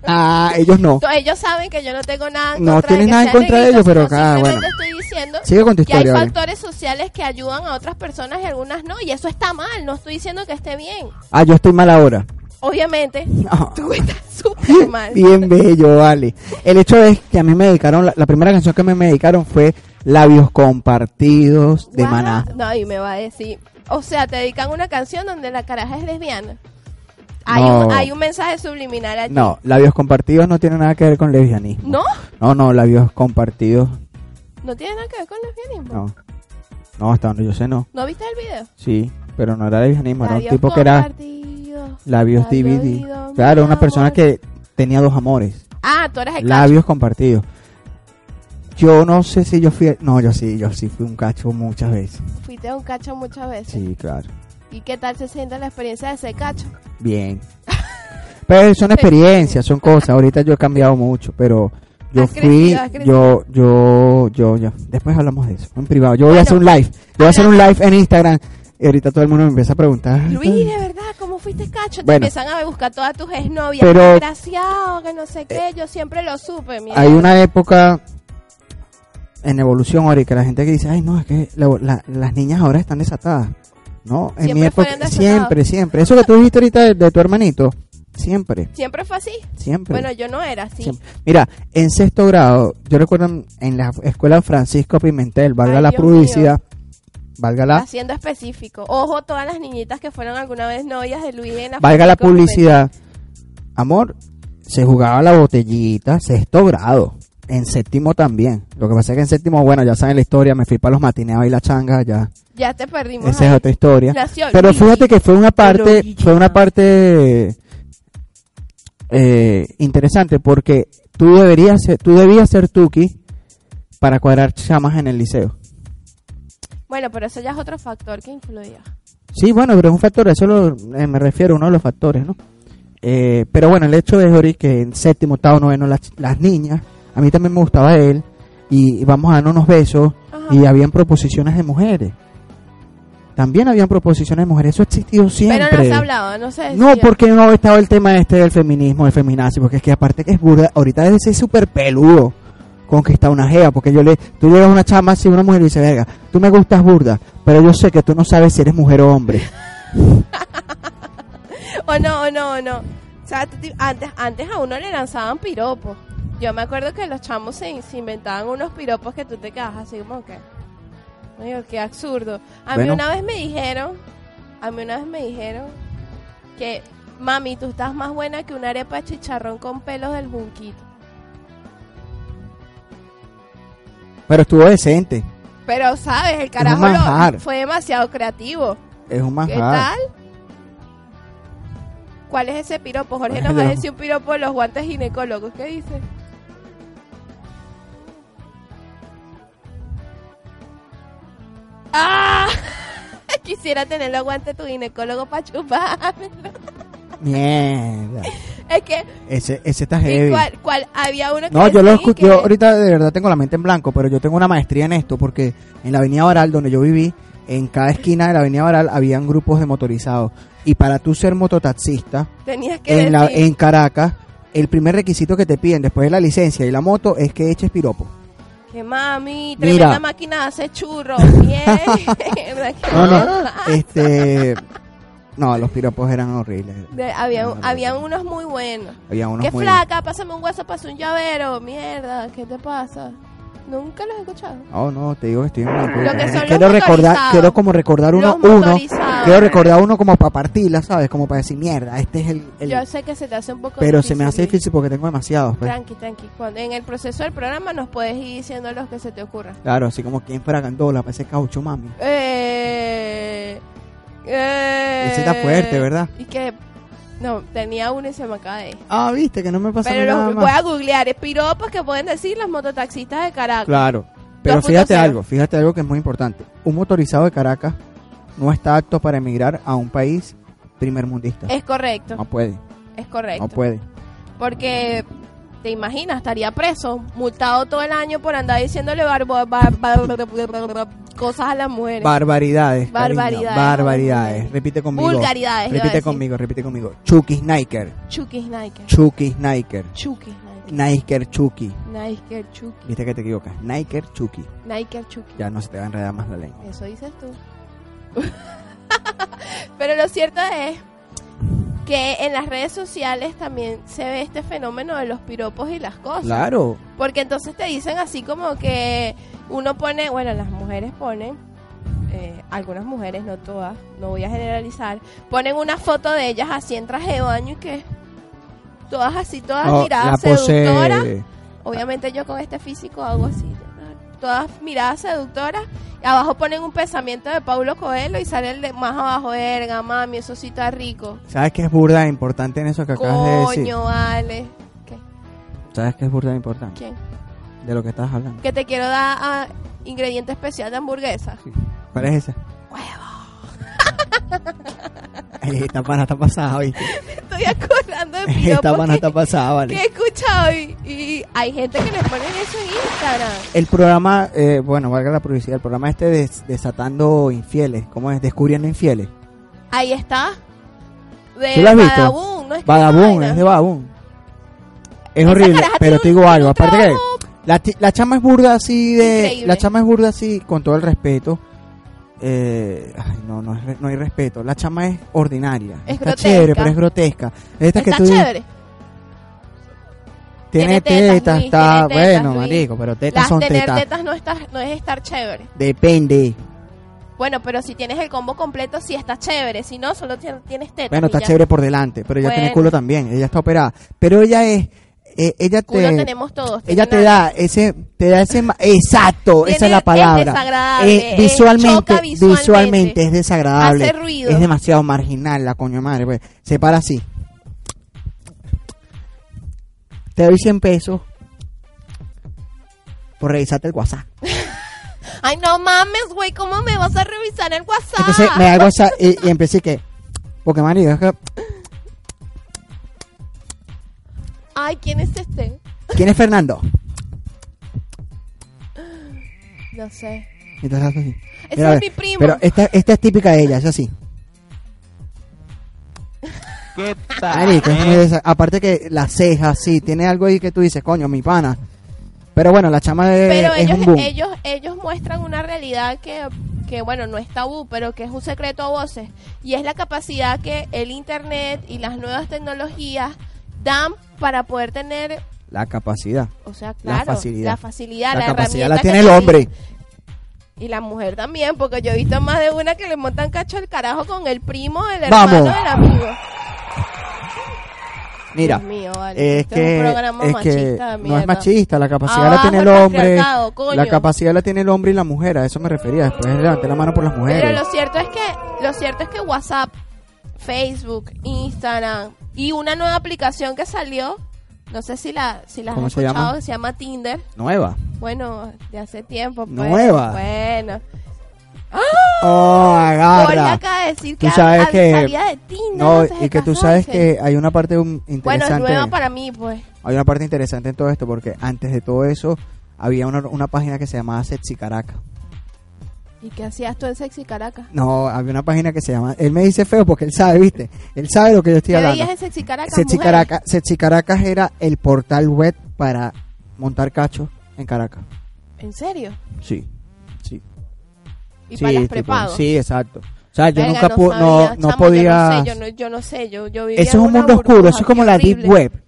S2: ah, ellos no.
S1: Entonces, ellos saben que yo no tengo nada en
S2: No
S1: contra de
S2: tienes
S1: que
S2: nada en
S1: sean
S2: contra de
S1: negritos,
S2: ellos, pero
S1: sino
S2: cada-
S1: simplemente
S2: bueno.
S1: estoy diciendo
S2: Sigue con tu
S1: que hay
S2: historia. Valen.
S1: factores sociales que ayudan a otras personas y algunas no, y eso está mal, no estoy diciendo que esté bien.
S2: Ah, yo estoy mal ahora.
S1: Obviamente,
S2: No.
S1: tú estás súper mal.
S2: Bien bello, vale. El hecho es que a mí me dedicaron, la, la primera canción que a mí me dedicaron fue Labios Compartidos de
S1: Guau.
S2: Maná.
S1: No, y me va a decir, o sea, te dedican una canción donde la caraja es lesbiana. Hay,
S2: No.
S1: un, hay un mensaje subliminal allí.
S2: No, Labios Compartidos no tiene nada que ver con lesbianismo.
S1: ¿No?
S2: No, no, Labios Compartidos,
S1: ¿No tiene nada que ver con lesbianismo?
S2: no. No, hasta donde yo sé no.
S1: ¿No viste el video?
S2: Sí, pero no era lesbianismo, era un
S1: Labios
S2: tipo que era
S1: compartidos,
S2: labios
S1: doloridos,
S2: DVD.
S1: mi
S2: Claro, una persona
S1: amor.
S2: que tenía dos amores.
S1: Ah, tú eres el
S2: labios compartidos. Yo no sé si yo fui. No, yo sí, yo sí fui un cacho muchas veces.
S1: cacho. Fuiste a un cacho muchas veces.
S2: Sí, claro.
S1: ¿Y qué tal se siente la experiencia de ese cacho?
S2: Bien. Pero son experiencias, son cosas. Ahorita yo he cambiado mucho, pero yo
S1: Has
S2: fui.
S1: crecido, has crecido.
S2: yo, yo, yo, yo. Después hablamos de eso, en privado. Yo voy a hacer un live. Yo voy a hacer un
S1: hablando-
S2: live en Instagram. Y ahorita todo el mundo me empieza a preguntar.
S1: Luis, de verdad, ¿cómo fuiste cacho? Te
S2: Bueno.
S1: empiezan a buscar todas tus exnovias.
S2: Pero- eh,
S1: Desgraciado, que no sé qué, yo siempre lo supe. Mira.
S2: hay una época en evolución ahora y que la gente que dice, ay no, es que la- la- las niñas ahora están desatadas. No, en mi
S1: Siempre
S2: época,
S1: fueron desatadas.
S2: siempre, siempre. Eso que tú dijiste ahorita de, de tu hermanito, siempre,
S1: ¿Siempre fue así?
S2: siempre.
S1: Bueno, yo no era así.
S2: siempre. Mira, en sexto grado, yo recuerdo en- en la escuela Francisco Pimentel, valga
S1: Ay,
S2: la
S1: Dios
S2: prudicidad, valga la,
S1: Haciendo específico. Ojo, todas las niñitas que fueron alguna vez novias de Luis en la pues,
S2: valga la
S1: Francisco
S2: publicidad, amor, se jugaba la botellita, sexto grado, en séptimo también. Lo que pasa es que en séptimo, bueno, ya saben la historia, me fui para los matineos y la changa, ya,
S1: Pimentel. Ya te perdimos.
S2: esa es
S1: ahí.
S2: otra historia.
S1: Nació
S2: Pero
S1: Luigi. ah.
S2: fíjate que fue una parte,
S3: Luigi,
S2: fue una
S3: no.
S2: parte eh, interesante porque tú deberías, ser- tú debías ser Tuki para cuadrar chamas en el liceo.
S1: Bueno, pero eso ya es otro factor que influía.
S2: Sí, bueno, pero es un factor, a eso lo- eh, me refiero, uno de los factores, ¿no? Eh, pero bueno, el hecho es, Ori, que en séptimo, octavo, noveno, las, las niñas, a mí también me gustaba él, y, y vamos a darnos unos besos,
S1: Ajá.
S2: y habían proposiciones de mujeres. También habían proposiciones de mujeres, eso ha existido siempre.
S1: Pero no se hablaba, no sé.
S2: No, porque no estaba el tema este del feminismo, del feminazi, porque es que aparte que es burda, ahorita es ese súper peludo conquista una jea, porque yo le, tú llegas a una chama así, una mujer y dice, verga, tú me gustas burda, pero yo sé que tú no sabes si eres mujer o hombre.
S1: O no, o no, o no. O sea, tú te- antes, antes a uno le lanzaban piropos. Yo me acuerdo que los chamos se, se inventaban unos piropos que tú te quedabas así como que... Digo, qué absurdo. A mí
S2: Bueno.
S1: una vez me dijeron... A mí una vez me dijeron que... Mami, tú estás más buena que una arepa de chicharrón con pelos del junquito.
S2: Pero estuvo decente,
S1: Pero, ¿sabes? El carajo lo-
S2: manjar.
S1: fue demasiado creativo.
S2: es un
S1: ¿Qué
S2: manjar.
S1: tal? ¿Cuál es ese piropo? Jorge
S2: Ay,
S1: nos va a
S2: Dios.
S1: decir un piropo de los guantes ginecólogos. ¿Qué dice? ¡Ah! Quisiera tener los guantes de tu ginecólogo para chuparme.
S2: Mierda,
S1: Es que,
S2: ese, ese está
S1: ¿y
S2: heavy.
S1: cuál, cuál? Había uno que
S2: No, yo lo
S1: decía
S2: escu-
S1: que-
S2: yo ahorita de verdad tengo la mente en blanco, pero yo tengo una maestría en esto, porque en la avenida Baral, donde yo viví, en cada esquina de la avenida Baral habían grupos de motorizados. Y para tú ser mototaxista,
S1: Tenías que
S2: en, la,
S1: decir.
S2: en Caracas, el primer requisito que te piden después de la licencia y la moto es que eches piropo.
S1: Que mami,
S2: Mira.
S1: tremenda máquina hace churros. Mierda, qué
S2: No, no,
S1: mierda.
S2: este... No, los piropos eran horribles.
S1: De- había,
S2: Ah, No, no, no.
S1: había unos muy buenos.
S2: Había unos
S1: Qué
S2: muy...
S1: flaca, pásame un hueso, pasa un llavero. Mierda, ¿qué te pasa? Nunca los he escuchado.
S2: Oh, no, te digo que estoy en una
S1: Lo que son
S2: quiero
S1: los
S2: recordar,
S1: motorizados.
S2: quiero como recordar uno,
S1: Los
S2: uno.
S1: motorizados.
S2: Quiero recordar uno como para partirla, ¿sabes? Como para decir, mierda, este es el... el-
S1: Yo sé que se te hace un poco
S2: pero se me hace difícil porque tengo demasiados, pues.
S1: Tranqui, tranqui. Cuando, en el proceso del programa nos puedes ir diciendo los que se te ocurran.
S2: Claro, así como quien fuera gandola, para ese caucho, mami.
S1: Eh, eh,
S2: Ese está fuerte, ¿verdad?
S1: Y que. No, tenía uno y se me acaba de ir.
S2: Ah, viste, que no me pasa
S1: Pero
S2: nada
S1: los
S2: más.
S1: voy a googlear. Es piropas que pueden decir las mototaxistas de Caracas.
S2: Claro. Pero
S1: 2.0.
S2: fíjate algo, fíjate algo que es muy importante. Un motorizado de Caracas no está apto para emigrar a un país primermundista.
S1: Es correcto,
S2: No puede,
S1: es correcto.
S2: no puede.
S1: Porque te imaginas, estaría preso, multado todo el año por andar diciéndole barbo- bar- bar- bar- bar- bar- cosas a las mujeres.
S2: Barbaridades. cariño,
S1: Barbaridades.
S2: Barbaridades. Repite conmigo.
S1: Vulgaridades, iba a
S2: Repite
S1: decir.
S2: conmigo, repite conmigo. Chucky Sniker.
S1: Chucky Nike.
S2: Chucky Sniker.
S1: Chucky Nike.
S2: Niker Chucky.
S1: Nike Chucky.
S2: Viste que te equivocas. Niker Chucky.
S1: Nike Chucky.
S2: Ya no se te va a enredar más la lengua.
S1: Eso dices tú. Pero lo cierto es que en las redes sociales también se ve este fenómeno de los piropos y las cosas.
S2: Claro.
S1: Porque entonces te dicen así como que uno pone, bueno, las mujeres ponen, eh, algunas mujeres, no todas, no voy a generalizar, ponen una foto de ellas así en traje de baño y que todas así, todas
S2: No,
S1: miradas
S2: Oh, posee.
S1: seductoras. Obviamente yo con este físico hago así. Todas miradas seductoras. Y abajo ponen un pensamiento de Paulo Coelho y sale el de más abajo, verga, mami, eso sí está rico.
S2: ¿Sabes qué es burda de importante en eso que acabas de decir?
S1: Coño, vale. ¿Qué?
S2: ¿Sabes qué es burda de importante?
S1: ¿Quién?
S2: De lo que estabas hablando.
S1: Que te quiero dar ah, ingrediente especial de hamburguesa.
S2: ¿Cuál es esa?
S1: Huevo.
S2: Ey, Eh, Esta pana está pasada, ¿viste?
S1: Estoy acordando de
S2: Esta
S1: piropos
S2: pana
S1: que,
S2: está pasada,
S1: que
S2: vale.
S1: he escuchado y, y hay gente que le ponen eso en Instagram.
S2: El programa, eh, bueno, valga la publicidad, el programa este de Desatando Infieles, ¿cómo es? Descubriendo Infieles.
S1: Ahí está. De
S2: ¿Sí lo has visto?
S1: Badabun, ¿no es que
S2: Badabun,
S1: vaina?
S2: es de Badabun. Es
S1: Esa
S2: horrible,
S1: caraja tiene
S2: pero te digo
S1: un-
S2: algo,
S1: un
S2: aparte que
S1: trabajo
S2: la, ti- la chama es burda así de...
S1: Increíble.
S2: La chama es burda así, con todo el respeto. Eh, ay, no, no, es re- no hay respeto. La chama es ordinaria.
S1: Es
S2: está
S1: grotesca.
S2: chévere, pero es grotesca. Esta que
S1: Está
S2: tú dices,
S1: chévere. Tiene
S2: tiene
S1: tetas,
S2: tetas,
S1: Luis,
S2: está
S1: tiene tetas,
S2: bueno,
S1: Luis.
S2: marico, pero tetas
S1: Las
S2: son
S1: tener
S2: tetas.
S1: tetas no, está, no es estar chévere.
S2: Depende.
S1: Bueno, pero si tienes el combo completo, sí está chévere. Si no, solo tien- tienes tetas.
S2: Bueno,
S1: y
S2: está
S1: ya.
S2: chévere por delante, pero ella tiene
S1: Bueno.
S2: culo también, ella está operada. Pero ella es, eh, ella
S1: Culo
S2: te,
S1: tenemos todos.
S2: ella te
S1: tiene nada.
S2: da ese, te da ese, ma- exacto,
S1: Tiene-
S2: esa es la
S1: es
S2: palabra.
S1: desagradable, eh,
S2: visualmente,
S1: choca
S2: visualmente,
S1: visualmente.
S2: es desagradable.
S1: Hace ruido.
S2: Es demasiado marginal la coño madre, pues. Se para así. Te doy 100 pesos por revisarte el WhatsApp.
S1: Ay, no mames, güey, ¿cómo me vas a revisar el WhatsApp?
S2: Entonces me da el WhatsApp y, y empecé que, porque marido, es que,
S1: Ay, ¿quién es este?
S2: ¿quién es Fernando?
S1: No sé.
S2: Eh, Entonces hace así.
S1: Ese
S2: Mira,
S1: es
S2: ve,
S1: mi primo.
S2: Pero esta, esta es típica de ella, es así.
S1: Ah.
S2: Marico, es muy desa- Aparte que las cejas, sí, tiene algo ahí que tú dices, coño, mi pana. Pero bueno, la chama de-
S1: Pero
S2: es un
S1: ellos,
S2: boom.
S1: ellos, ellos muestran una realidad que, que, bueno, no es tabú, pero que es un secreto a voces. Y es la capacidad que el Internet y las nuevas tecnologías dan para poder tener,
S2: La capacidad.
S1: o sea, claro,
S2: facilidad.
S1: la facilidad,
S2: la
S1: la
S2: capacidad
S1: herramienta
S2: la
S1: que
S2: tiene el
S1: tiene.
S2: hombre.
S1: Y la mujer también, porque yo he visto más de una que le montan cacho al carajo con el primo, el
S2: Vamos.
S1: hermano, del amigo.
S2: Mira,
S1: Dios mío, vale,
S2: es
S1: esto es
S2: que,
S1: un programa
S2: es que
S1: machista de
S2: no es
S1: mierda.
S2: machista, la capacidad la
S1: Abajo
S2: tiene el
S1: el
S2: hombre.
S1: patriarcado, coño.
S2: La capacidad la tiene el hombre y la mujer, a eso me refería. Después levanté la mano por las
S1: Pero
S2: mujeres.
S1: lo cierto es que lo cierto es que WhatsApp, Facebook, Instagram y una nueva aplicación que salió, no sé si la si la has
S2: ¿Cómo se
S1: escuchado,
S2: llama?
S1: que se llama Tinder.
S2: Nueva.
S1: Bueno, de hace tiempo. pues.
S2: ¿Nueva?
S1: Bueno.
S2: Oh,
S1: Paul
S2: agarra.
S1: acaba de decir
S2: Tú
S1: que
S2: sabes
S1: hab-
S2: que-
S1: sabía de Tinder.
S2: No,
S1: antes de
S2: y que tú sabes
S1: casarse.
S2: que hay una parte um,
S1: Bueno,
S2: interesante.
S1: es nueva para mí, pues.
S2: Hay una parte interesante en todo esto porque antes de todo eso había una, una página que se llamaba Sexy Caracas.
S1: ¿Y qué hacías tú en Sexy Caracas?
S2: No, había una página que se llama... Él me dice feo porque él sabe, ¿viste? Él sabe lo que yo estoy
S1: ¿Qué veías
S2: hablando.
S1: en Sexy Caracas?
S2: Sexy
S1: mujeres?
S2: Caracas, Sexy Caracas era el portal web para montar cachos en Caracas.
S1: ¿En serio?
S2: Sí, sí.
S1: ¿Y
S2: sí,
S1: para las
S2: tipo,
S1: prepago?
S2: sí, exacto. O sea, yo
S1: Verga,
S2: nunca pu-
S1: sabía,
S2: no,
S1: chamo,
S2: no
S1: yo
S2: podía...
S1: sé, Yo no, yo no sé, yo, yo vivía
S2: Eso es
S1: en
S2: un
S1: una
S2: mundo oscuro,
S1: burbuja,
S2: eso es como
S1: qué
S2: la Deep
S1: horrible.
S2: Web.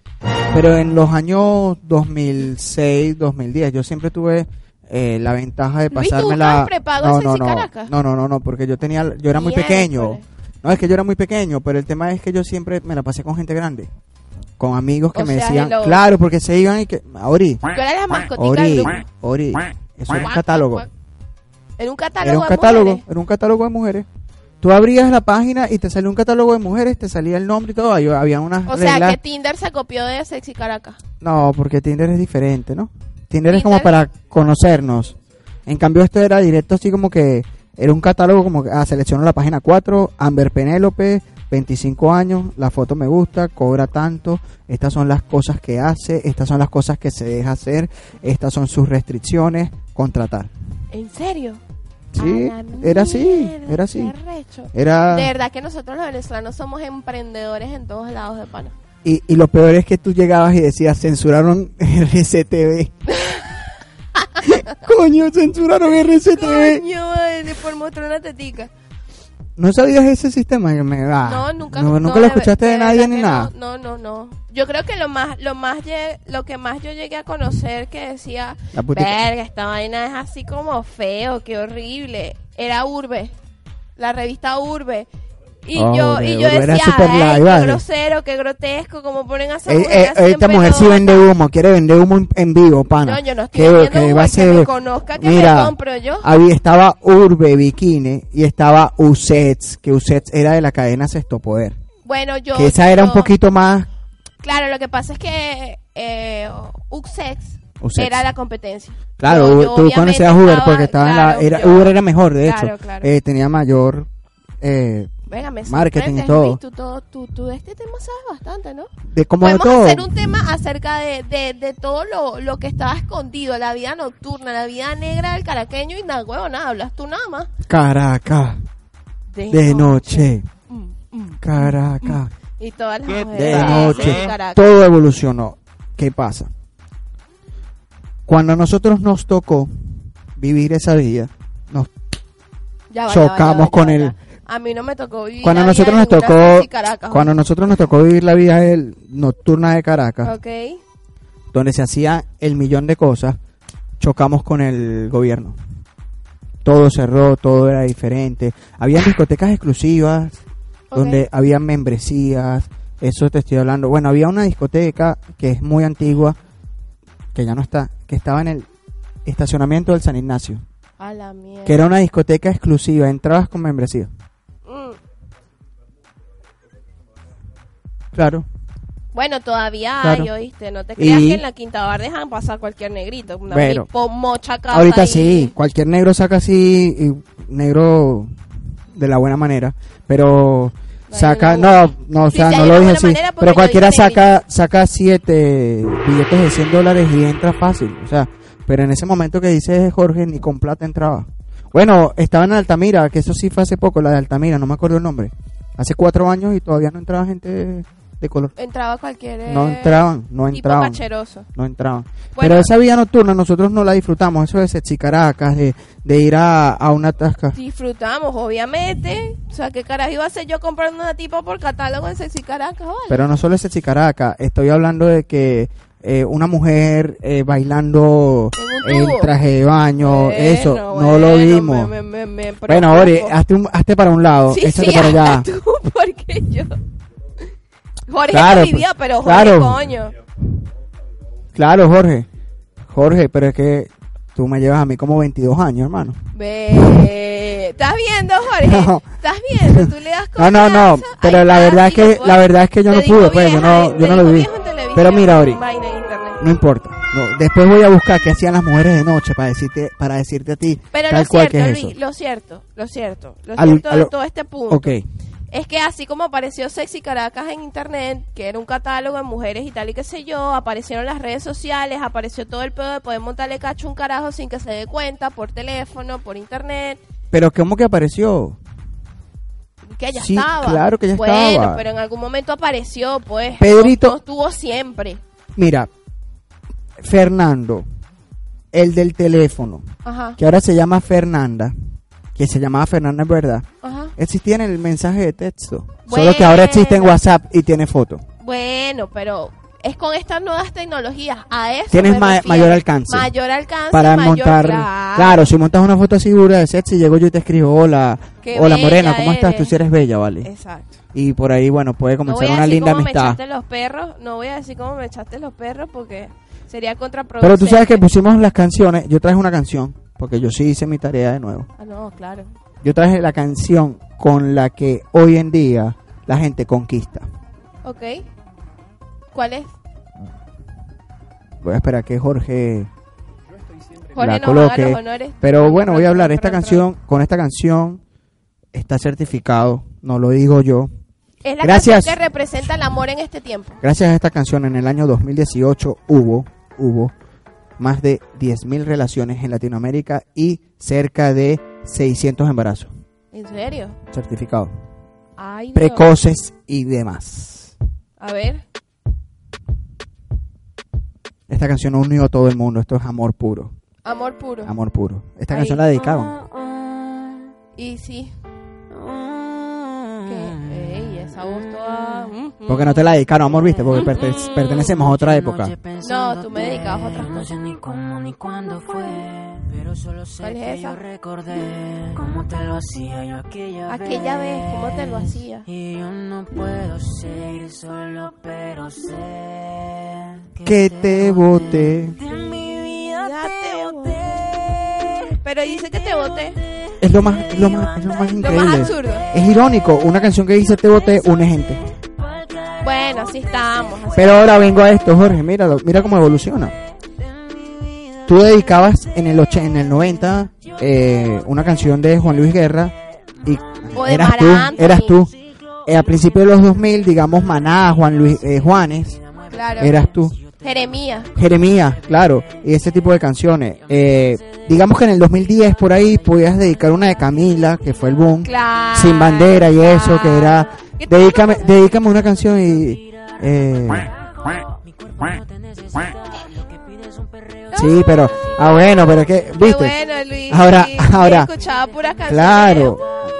S2: Pero en los años 2006, 2010, yo siempre tuve eh, la ventaja de
S1: Luis, ¿tú
S2: pasarme
S1: buscabas
S2: la
S1: prepago
S2: no
S1: en
S2: no
S1: Sexy
S2: no
S1: Caracas?
S2: no no no no porque yo tenía yo era muy pequeño
S1: Miércoles.
S2: no es que yo era muy pequeño pero el tema es que yo siempre me la pasé con gente grande con amigos que
S1: O
S2: me
S1: sea,
S2: decían
S1: hello.
S2: claro porque se iban y que Ori
S1: Yo era la mascotica del
S2: Ori
S1: grupo.
S2: Ori eso es un
S1: Cuac,
S2: catálogo
S1: cuac. Era un catálogo.
S2: era un
S1: de
S2: catálogo
S1: mujeres.
S2: era un catálogo de mujeres tú abrías la página y te salía un catálogo de mujeres te salía el nombre y todo ahí había unas
S1: O sea,
S2: reglas
S1: que Tinder se copió de Sexy Caracas.
S2: No, porque Tinder es diferente, ¿no? Tinder es como
S1: Tinder-
S2: para conocernos. En cambio, esto era directo, así como que era un catálogo, como que ah, selecciono la página 4, Amber Penélope, 25 años, la foto me gusta, cobra tanto, estas son las cosas que hace, estas son las cosas que se deja hacer, estas son sus restricciones, contratar.
S1: ¿En serio?
S2: Sí,
S1: A la
S2: era así,
S1: mierda,
S2: era así. Ah.
S1: qué arrecho.
S2: Era...
S1: De verdad que nosotros los venezolanos somos emprendedores en todos lados de pana.
S2: Y, y lo peor es que tú llegabas y decías, censuraron RCTV. Coño, censuraron RCTV.
S1: Coño, vale, por mostrar una tetica.
S2: ¿No sabías ese sistema que me va?
S1: no, nunca,
S2: Ah, No,
S1: no,
S2: nunca lo
S1: de-
S2: escuchaste de, nadie
S1: verdad
S2: ni
S1: que
S2: nada.
S1: No, no, no, no. Yo creo que lo más, lo más, lle- lo que más yo llegué a conocer que decía,
S2: La putica.
S1: verga, esta vaina es así como feo, qué horrible. Era Urbe, la revista Urbe. Y
S2: Oh,
S1: yo,
S2: de
S1: y yo
S2: Urbe era
S1: decía,
S2: super
S1: "Ay,
S2: live,
S1: qué
S2: vale".
S1: grosero, qué grotesco, como ponen a esa
S2: Eh,
S1: mujer
S2: eh,
S1: así en
S2: esta mujer sí
S1: pelota".
S2: vende humo, quiere vender humo en, en vivo, pana.
S1: No, yo no estoy
S2: Que-
S1: vendiendo
S2: que
S1: humo,
S2: va a
S1: el que me
S2: ser-
S1: conozca que me
S2: Mira,
S1: compro yo.
S2: había, estaba Urbe Bikini y estaba Usets, que Usets era de la cadena Sexto Poder.
S1: Bueno, yo.
S2: que esa era un
S1: yo-
S2: poquito más...
S1: Claro, lo que pasa es que eh, Uxex,
S2: Uxex.
S1: era la competencia.
S2: Claro,
S1: Yo-
S2: Uber-
S1: yo
S2: tú
S1: obviamente
S2: conoces a Uber
S1: estaba-
S2: porque estaba
S1: claro,
S2: en la... Era,
S1: yo-
S2: Uber era mejor, de
S1: Claro,
S2: hecho.
S1: claro.
S2: Eh, tenía mayor... Eh,
S1: Venga, me
S2: marketing
S1: sorprendes,
S2: y todo.
S1: Luis, tú, todo- tú- tú de este tema sabes bastante, ¿no?
S2: de como de
S1: Podemos
S2: todo.
S1: hacer un tema acerca de, de, de todo lo, lo que estaba escondido, la vida nocturna, la vida negra del caraqueño y nada, huevo, nada, hablas tú nada más.
S2: Caracas, de noche.
S1: Mm, mm.
S2: Caracas.
S1: Y todas las
S2: de
S1: mujeres
S2: noche.
S1: de Caracas.
S2: Todo evolucionó. ¿Qué pasa? Cuando a nosotros nos tocó vivir esa vida, nos-
S1: Ya va, ya va, ya va,
S2: chocamos
S1: ya
S2: con
S1: va,
S2: el-
S1: ya. A mí no me tocó vivir.
S2: cuando a
S1: la
S2: nosotros
S1: vida
S2: nos
S1: de ninguna
S2: tocó,
S1: sexy Caracas.
S2: cuando a nosotros nos tocó vivir la vida del- nocturna de Caracas,
S1: Ok.
S2: donde se hacía el millón de cosas, chocamos con el gobierno. Todo cerró, todo era diferente. Había discotecas exclusivas,
S1: Ok.
S2: donde había membresías, eso te estoy hablando. Bueno, había una discoteca que es muy antigua, que ya no está, que estaba en el estacionamiento del San Ignacio,
S1: A la mierda.
S2: que era una discoteca exclusiva, entrabas con membresía.
S1: Mm.
S2: Claro.
S1: Bueno, todavía
S2: Claro.
S1: hay, oíste. No te creas
S2: Y-
S1: que en la quinta bar dejan pasar cualquier negrito. Una
S2: Bueno.
S1: hipo- mocha capa
S2: Ahorita
S1: ahí.
S2: sí, cualquier negro saca así, y negro de la buena manera, pero
S1: No,
S2: saca,
S1: no, no.
S2: no, no, o
S1: Sí,
S2: sea,
S1: sí,
S2: no
S1: hay
S2: lo
S1: de
S2: dije
S1: buena
S2: así,
S1: manera porque
S2: pero
S1: lo
S2: cualquiera
S1: dice negrito.
S2: saca, saca siete billetes de 100 dólares y entra fácil, o sea, pero en ese momento que dices Jorge, ni con plata entraba. Bueno, estaba en Altamira, que eso sí fue hace poco, la de Altamira, no me acuerdo el nombre, hace cuatro años y todavía no entraba gente de color,
S1: Entraba cualquier. eh,
S2: no entraban, no
S1: Tipo
S2: entraban
S1: cacheroso.
S2: no entraban.
S1: Bueno.
S2: Pero esa vida nocturna nosotros no la disfrutamos, eso de sexy Caracas, de, de ir a, a una tasca.
S1: Disfrutamos, obviamente. O sea, ¿qué carajo iba a hacer yo comprando una tipa por catálogo en Sexy Caracas? Vale.
S2: Pero no solo es sexy Caracas, estoy hablando de que eh, una mujer eh, bailando
S1: En un tubo.
S2: en traje de baño,
S1: Bueno,
S2: eso, no
S1: bueno,
S2: lo vimos.
S1: me- me- me- me
S2: bueno,
S1: preocupo.
S2: Ore, hazte, un- hazte para un lado,
S1: Sí,
S2: échate
S1: sí,
S2: para
S1: habla
S2: allá.
S1: tú, porque yo. Jorge
S2: Claro,
S1: no vivió,
S2: pues,
S1: pero Jorge,
S2: claro.
S1: coño.
S2: Claro, Jorge. Jorge, pero es que tú me llevas a mí como 22 años, hermano.
S1: Ve. ¿Estás viendo, Jorge?
S2: No.
S1: ¿Estás viendo? Tú le das
S2: No, no, no,
S1: confianza.
S2: pero
S1: Ahí
S2: la
S1: está,
S2: verdad es
S1: sí,
S2: que-
S1: pues.
S2: la verdad es que yo
S1: Te
S2: no
S1: digo
S2: pude, pues, yo
S1: vieja, eh,
S2: no- yo
S1: te
S2: no lo
S1: digo
S2: viví.
S1: vieja en televisión,
S2: Pero mira, Ori.
S1: vaina en internet.
S2: No importa. No, después voy a buscar qué hacían las mujeres de noche para decirte para decirte a ti
S1: Pero
S2: tal
S1: lo
S2: cual
S1: cierto,
S2: que es
S1: Luis,
S2: eso.
S1: lo cierto, lo cierto, lo
S2: Al-
S1: cierto de
S2: al-
S1: todo este punto.
S2: Ok.
S1: Es que así como apareció Sexy Caracas en internet, que era un catálogo de mujeres y tal y qué sé yo, aparecieron las redes sociales, apareció todo el pedo de poder montarle cacho a un carajo sin que se dé cuenta, por teléfono, por internet,
S2: Pero ¿cómo que apareció?
S1: que ya
S2: Sí,
S1: estaba.
S2: claro que ya
S1: bueno,
S2: estaba.
S1: pero en algún momento apareció, pues.
S2: Pedrito-
S1: No, no estuvo siempre.
S2: Mira, Fernando, el del teléfono,
S1: Ajá,
S2: que ahora se llama Fernanda, que se llamaba Fernanda en verdad,
S1: ajá.
S2: existía en el mensaje de texto.
S1: Bueno.
S2: Solo que ahora existe en WhatsApp y tiene foto.
S1: Bueno, pero es con estas nuevas tecnologías. A eso
S2: Tienes
S1: me
S2: ma-
S1: refiero.
S2: mayor alcance.
S1: Mayor alcance.
S2: para
S1: mayor,
S2: montar.
S1: Claro.
S2: Claro, si montas una foto así dura de sexy, llego yo y te escribo, hola,
S1: Qué
S2: hola
S1: bella
S2: morena, ¿cómo estás?
S1: eres.
S2: Tú sí eres bella, ¿vale?
S1: Exacto.
S2: Y por ahí, bueno, puede
S1: No
S2: comenzar
S1: voy a
S2: una
S1: decir
S2: linda
S1: cómo me
S2: amistad.
S1: echaste los perros. No voy a decir cómo me echaste los perros porque sería contraproducente.
S2: Pero tú sabes que pusimos las canciones, yo traje una canción, porque yo sí hice mi tarea de nuevo.
S1: Ah, no, claro.
S2: Yo traje la canción con la que hoy en día la gente conquista.
S1: Ok. ¿Cuál es?
S2: Voy a esperar que Jorge...
S1: Jorge
S2: La
S1: nos haga
S2: coloque.
S1: los honores.
S2: Pero bueno, voy a hablar. Esta
S1: Perdón,
S2: canción, con esta canción, está certificado, no lo digo yo.
S1: Es la
S2: Gracias.
S1: canción que representa el amor en este tiempo.
S2: Gracias a esta canción, en el año 2018 hubo, hubo más de 10.000 relaciones en Latinoamérica y cerca de 600 embarazos
S1: ¿En serio?
S2: certificados,
S1: Ay, no.
S2: precoces y demás.
S1: A ver.
S2: Esta canción unió a todo el mundo, esto es amor puro,
S1: Amor puro.
S2: amor puro. Esta
S1: Ahí.
S2: canción la dedicaron.
S1: Y sí. Que, ey, esa voz toda. mm, mm.
S2: Porque no te la dedicaron, amor, viste, porque perte- pertenecemos a otra época.
S1: No, tú me dedicabas a otras
S5: No sé ni cómo ni cuándo fue, pero solo sé
S1: ¿Cuál es
S5: que
S1: esa?
S5: yo recordé cómo te lo hacía yo aquella vez.
S1: Aquella vez, ¿cómo te lo hacía?
S5: Y yo no puedo seguir solo, pero sé
S2: Que te bote.
S5: De mi vida
S1: Ya te
S5: te
S1: boté.
S5: boté.
S1: Pero dice que te voté.
S2: Es lo más, es lo más, es lo más
S1: Lo
S2: increíble.
S1: más absurdo.
S2: Es irónico, una canción que dice te boté une gente.
S1: Bueno, así estábamos. así.
S2: Pero ahora vengo a esto, Jorge, mira, mira cómo evoluciona. Tú dedicabas en el, och- en el 90 eh, una canción de Juan Luis Guerra y
S1: O de
S2: eras tú,
S1: Marantz,
S2: eras
S1: sí.
S2: tú. Eh, a principios de los 2000, digamos Maná, Juan Luis, eh, Juanes,
S1: Claro.
S2: eras tú.
S1: Jeremías.
S2: Jeremías, claro, y ese tipo de canciones. Eh, digamos que en el 2010 por ahí podías dedicar una de Camila, que fue el boom,
S1: Claro.
S2: sin bandera y eso, que era,
S1: Que tú-
S2: dedícame, dedícame una canción y... Eh,
S5: Mi cuerpo no te necesita, lo que pides es un perreo.
S2: Sí, pero. Ah, bueno, pero es que.
S1: Qué
S2: ¿Viste?
S1: bueno, Luis.
S2: Ahora- ahora.
S1: Escuchaba puras canciones.
S2: Claro.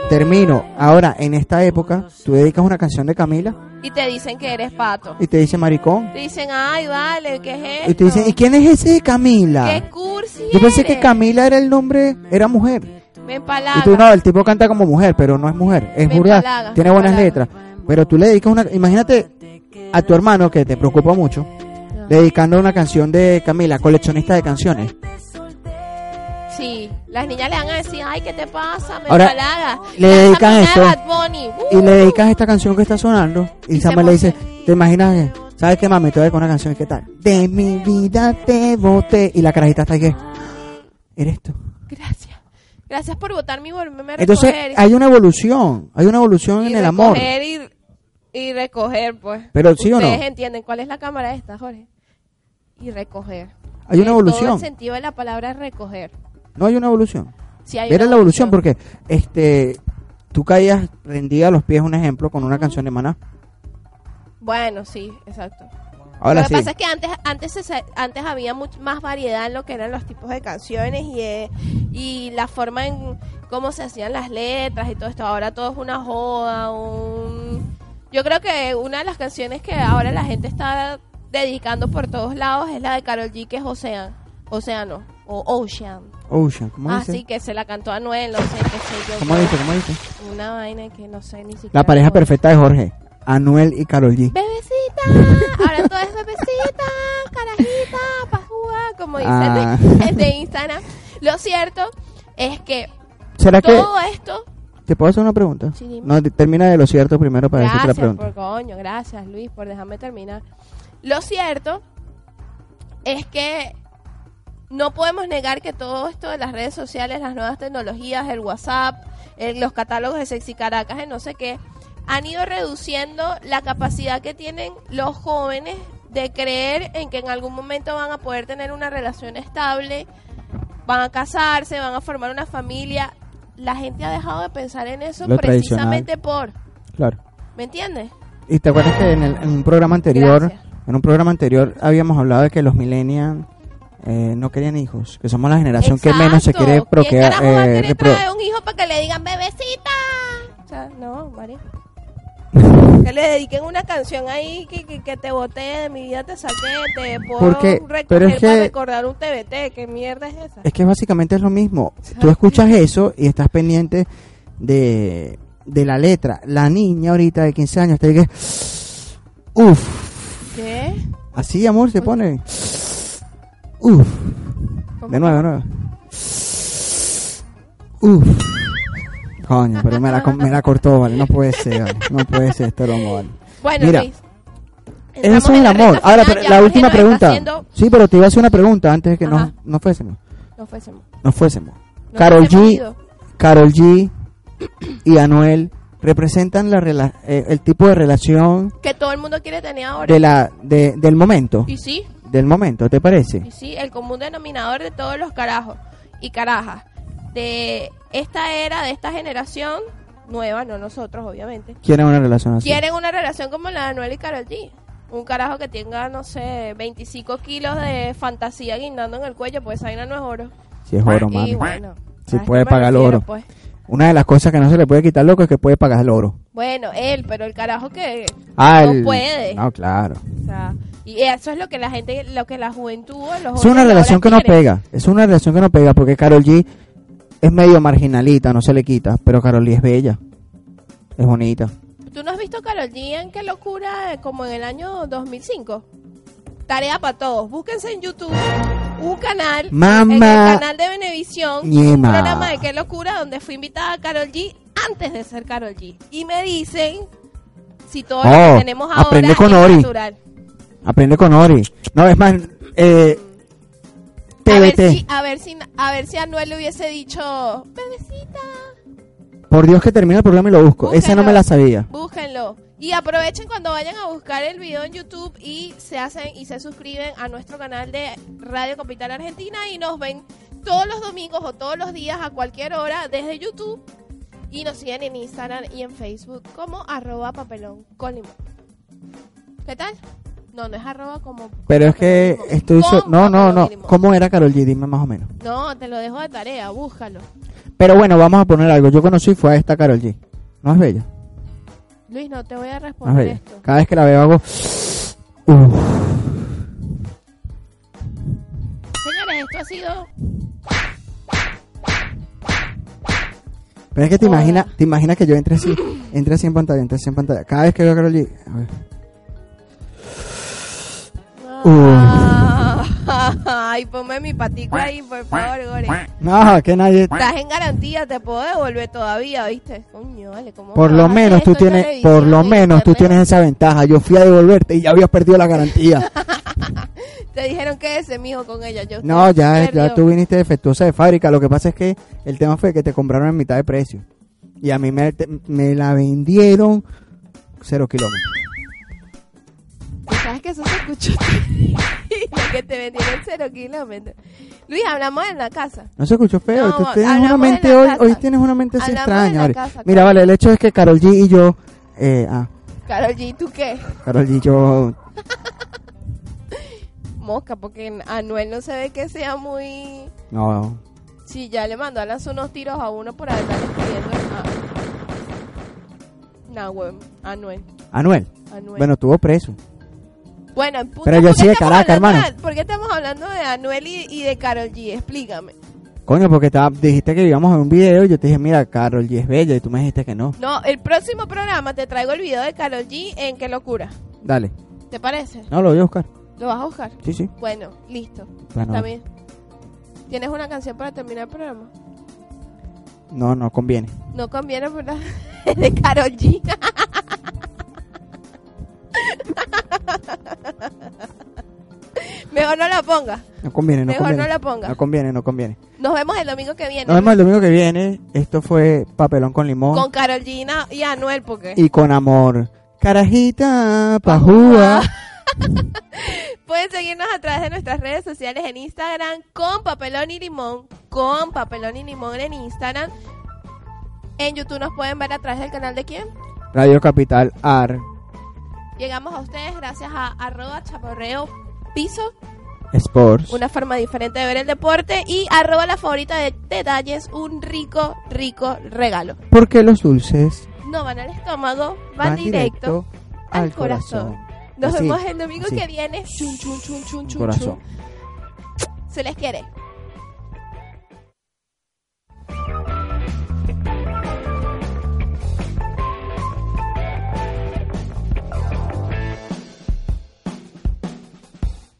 S2: Termino. Ahora, en esta época, tú dedicas una canción de Camila
S1: Y te dicen que eres pato.
S2: y te dice maricón.
S1: Te dicen, ay, vale, ¿qué es esto?
S2: Y te dicen, ¿y quién es ese de Camila?
S1: ¿Qué cursi
S2: Yo pensé que
S1: eres?
S2: Camila era el nombre, era mujer.
S1: Me
S2: Y
S1: empalaga.
S2: tú no, el tipo canta como mujer, pero no es mujer. Es
S1: Me
S2: burda,
S1: empalaga,
S2: tiene
S1: me
S2: buenas
S1: empalaga.
S2: letras. Pero tú le dedicas una. Imagínate a tu hermano, que te preocupa mucho, dedicando una canción de Camila, coleccionista de canciones.
S1: Sí, las niñas le van a decir, ay, ¿qué te pasa? Me
S2: Ahora,
S1: empalaga.
S2: le
S1: Lánzame
S2: dedicas
S1: una de
S2: esto.
S1: Bad Bunny.
S2: y
S1: Uh,
S2: le dedicas esta canción que está sonando y,
S1: Y se
S2: Samuel le dice,
S1: emociona.
S2: ¿te imaginas? que- ¿Sabes qué, mami? Te voy a dedicar una canción, ¿qué tal? De mi vida te boté. Y la carajita está ahí que, "Ah, eres tú.
S1: Gracias. Gracias por votar mi volverme a
S2: Entonces,
S1: recoger.
S2: hay una evolución, hay una evolución
S1: y
S2: en el amor.
S1: recoger Y, y recoger, pues.
S2: Pero, ¿sí o no?
S1: Ustedes entienden cuál es la cámara esta, Jorge. Y recoger.
S2: Hay una
S1: En Todo
S2: evolución.
S1: el sentido de la palabra recoger.
S2: No hay una evolución.
S1: Sí, hay
S2: Era
S1: una
S2: la evolución porque, este, tú caías, rendía a los pies un ejemplo con una canción de Maná.
S1: Bueno, sí, exacto.
S2: Ahora
S1: lo que
S2: sí.
S1: pasa es que antes antes se sa- antes había much- más variedad en lo que eran los tipos de canciones y, eh, y la forma en cómo se hacían las letras y todo esto. Ahora todo es una joda, un... Yo creo que una de las canciones que ahora la gente está dedicando por todos lados es la de Carol G, que es Ocean, Océano, o Ocean.
S2: Ocean, ¿cómo dice?
S1: Así que se la cantó Anuel, no sé qué sé yo.
S2: ¿Cómo dice? ¿Cómo dice?
S1: Una vaina que no sé ni siquiera.
S2: La pareja
S1: cómo-
S2: perfecta de Jorge, Anuel y Carol G.
S1: Bebecita, ahora todo es bebecita, carajita, pajúa, como dice
S2: Ah.
S1: el de, el de Instagram. Lo cierto es que
S2: ¿Será que
S1: todo esto,
S2: ¿Te puedo hacer una pregunta?
S1: Sí, dime.
S2: No, te- termina de lo cierto primero para hacerte la
S1: gracias
S2: pregunta.
S1: por coño, gracias Luis por dejarme terminar. Lo cierto es que no podemos negar que todo esto de las redes sociales, las nuevas tecnologías, el WhatsApp, el- los catálogos de Sexy Caracas, de no sé qué, han ido reduciendo la capacidad que tienen los jóvenes de creer en que en algún momento van a poder tener una relación estable, van a casarse, van a formar una familia. La gente ha dejado de pensar en eso
S2: Lo tradicional.
S1: precisamente por,
S2: Claro.
S1: ¿me entiendes?
S2: ¿Y te acuerdas que en, el- en un programa anterior,
S1: Gracias.
S2: en un programa anterior habíamos hablado de que los millennials eh, no querían hijos, que somos la generación que menos se
S1: Exacto.
S2: quiere
S1: ¿Quién
S2: procrear,
S1: carajo va a
S2: eh,
S1: querer
S2: repro-
S1: traer un hijo para que le digan bebecita? O sea, no, María. Que le dediquen una canción ahí que, que, que te boté, de mi vida te saqué, te puedo
S2: Porque-
S1: recoger
S2: pero es
S1: para
S2: que-
S1: recordar un TBT. ¿Qué mierda es esa?
S2: Es que básicamente es lo mismo. Tú escuchas eso y estás pendiente de, de la letra. La niña ahorita de 15 años te dice, uff,
S1: ¿Qué?
S2: así amor se pone. Uff, de nuevo, de nuevo. Uff. Coño, pero me la, co- me la cortó, vale. No puede ser, vale. No puede ser este lomo, vale.
S1: Bueno,
S2: Mira,
S1: Luis. entramos
S2: Eso
S1: en
S2: es el
S1: la
S2: amor.
S1: recta
S2: Ahora,
S1: final,
S2: pero
S1: ya
S2: la
S1: Jorge
S2: última
S1: nos está
S2: pregunta.
S1: haciendo-
S2: Sí, pero te iba a hacer una pregunta antes de que
S1: Ajá.
S2: no, no fuésemos.
S1: No fuésemos.
S2: No fuésemos.
S1: No
S2: Carol
S1: fuésemos
S2: G.
S1: ido.
S2: Carol G y Anuel representan la rela- eh, el tipo de relación
S1: Que todo el mundo quiere tener ahora.
S2: de la de- del momento,
S1: Y sí,
S2: del momento, ¿te
S1: y
S2: parece?
S1: sí, el común denominador de todos los carajos y carajas de esta era, de esta generación nueva, no nosotros, obviamente.
S2: Quieren una relación así.
S1: Quieren una relación como la de Anuel y Karol G. Un carajo que tenga, no sé, 25 kilos de fantasía guindando en el cuello, pues ahí no es oro.
S2: Si es oro,
S1: Y
S2: mano.
S1: bueno.
S2: Si
S1: ah,
S2: puede
S1: ¿qué me
S2: pagar el
S1: refiero,
S2: oro.
S1: pues?
S2: Una de las cosas que no se le puede quitar loco es que puede pagar el oro.
S1: Bueno, él, pero el carajo que
S2: Ah,
S1: no
S2: el-
S1: puede.
S2: No, claro.
S1: O sea, y eso es lo que la gente, lo que la juventud, los
S2: Es
S1: jóvenes
S2: una
S1: ahora
S2: relación que no
S1: quieren.
S2: pega. Es una relación que no pega porque Carol G es medio marginalita, no se le quita, pero Carol G es bella. Es bonita.
S1: ¿Tú no has visto Carol G en Qué Locura eh, como en el año 2005? Tarea para todos. Búsquense en YouTube un canal, en
S2: Mamá.
S1: el canal de Venevisión, un
S2: Ñema.
S1: programa de Qué Locura donde fui invitada a Carol G antes de ser Carol G. Y me dicen si todo lo
S2: Oh,
S1: que tenemos ahora
S2: aprende con
S1: es
S2: Ori.
S1: natural.
S2: Aprende con Ori. No, es más, eh,
S1: A ver,
S2: TBT.
S1: si, a, ver si, a ver si Anuel le hubiese dicho, bebecita,
S2: Por Dios que termina el programa y lo busco. Esa no
S1: Búscalo.
S2: me la sabía.
S1: búsquenlo. Y aprovechen cuando vayan a buscar el video en YouTube y se hacen y se suscriben a nuestro canal de Radio Capital Argentina y nos ven todos los domingos o todos los días a cualquier hora desde YouTube y nos siguen en Instagram y en Facebook como arroba papelón con limón. ¿Qué tal? No, no es arroba como...
S2: Pero
S1: papelón
S2: es que
S1: con limón.
S2: estoy... so-
S1: Con
S2: No, no,
S1: papelón
S2: no.
S1: con limón.
S2: ¿Cómo era Carol G? Dime más o menos.
S1: No, te lo dejo de tarea, búscalo.
S2: Pero bueno, vamos a poner algo. Yo conocí fue a esta Carol G. No es bella.
S1: Luis, no te voy a
S2: No es
S1: responder
S2: bella.
S1: esto.
S2: Cada vez que la veo hago... Uf.
S1: Señores, esto ha sido...
S2: Pero es que te
S1: Joda.
S2: imaginas te imaginas que yo entre así, entre así en pantalla, entre así en pantalla. Cada vez que veo a Carol G... a ver.
S1: Ay, ponme mi patico ahí, por favor, Gore.
S2: No, que nadie...
S1: Estás en garantía, te puedo devolver todavía, ¿viste? Coño, vale, ¿cómo
S2: Por lo
S1: vas a hacer
S2: menos tú
S1: esto en
S2: tienes,
S1: televisión,
S2: por lo
S1: en
S2: menos tú tienes
S1: internet?
S2: esa ventaja. Yo fui a devolverte y ya habías perdido la garantía.
S1: Te dijeron que ese mijo con ella. Yo
S2: No,
S1: estoy
S2: ya,
S1: perdido.
S2: ya tú viniste defectuosa de fábrica. Lo que pasa es que el tema fue que te compraron en mitad de precio. Y a mí me, te- me la vendieron cero kilómetros.
S1: Tú sabes que eso se escuchó. que te vendieron cero kilómetros. Luis, hablamos en la casa.
S2: No se escuchó feo.
S1: No,
S2: tú tienes
S1: hablamos
S2: una
S1: en la
S2: mente hoy,
S1: casa.
S2: hoy tienes una mente así
S1: Hablamos en la
S2: extraña. Ari.
S1: casa,
S2: Mira,
S1: claro.
S2: vale, el hecho es que Carol G y yo, eh, ah,
S1: Carol G, ¿tú qué?
S2: Carol G y yo,
S1: Mosca, porque Anuel no se ve que sea muy...
S2: no,
S1: Sí, ya le mandó a las unos tiros a uno por andar escribiendo a... Nah, weón, Anuel,
S2: Anuel.
S1: Anuel.
S2: Bueno, estuvo preso.
S1: Bueno, en puta,
S2: pero yo
S1: ¿por qué
S2: sí de
S1: estamos
S2: Caracas,
S1: hablando
S2: hermano.
S1: de- ¿Por qué estamos hablando de Anuel y, y de Karol G? Explícame.
S2: Coño, porque estaba, dijiste que íbamos a ver un video y yo te dije, mira, Carol G es bella y tú me dijiste que no.
S1: No, el próximo programa te traigo el video de Karol G en Qué Locura.
S2: Dale.
S1: ¿Te parece?
S2: No, lo voy a buscar.
S1: ¿Lo vas a buscar?
S2: Sí, sí.
S1: Bueno, listo.
S2: Bueno.
S1: También. ¿Tienes una canción para terminar el programa?
S2: No, no conviene.
S1: No conviene, ¿verdad? de Karol G. Mejor no la ponga.
S2: No conviene, no
S1: Mejor
S2: conviene.
S1: no la ponga.
S2: No conviene, no conviene.
S1: Nos vemos el domingo que viene.
S2: Nos vemos el domingo que viene. Esto fue Papelón con Limón
S1: Con Carolina y Anuel, porque.
S2: y con amor. Carajita, pajúa.
S1: Pueden seguirnos a través de nuestras redes sociales en Instagram con papelón y limón, con papelón y limón en Instagram. En YouTube nos pueden ver a través del canal de quién.
S2: Radio Capital AR.
S1: Llegamos a ustedes gracias a arroba chaporreo piso,
S2: Sports.
S1: una forma diferente de ver el deporte y arroba la favorita de detalles, un rico, rico regalo.
S2: Porque los dulces
S1: no van al estómago, van, directo, al, corazón. Nos
S2: Así,
S1: vemos el domingo
S2: así.
S1: que viene. Chun, chun, chun, chun, chun,
S2: Corazón.
S1: chun. Se les quiere.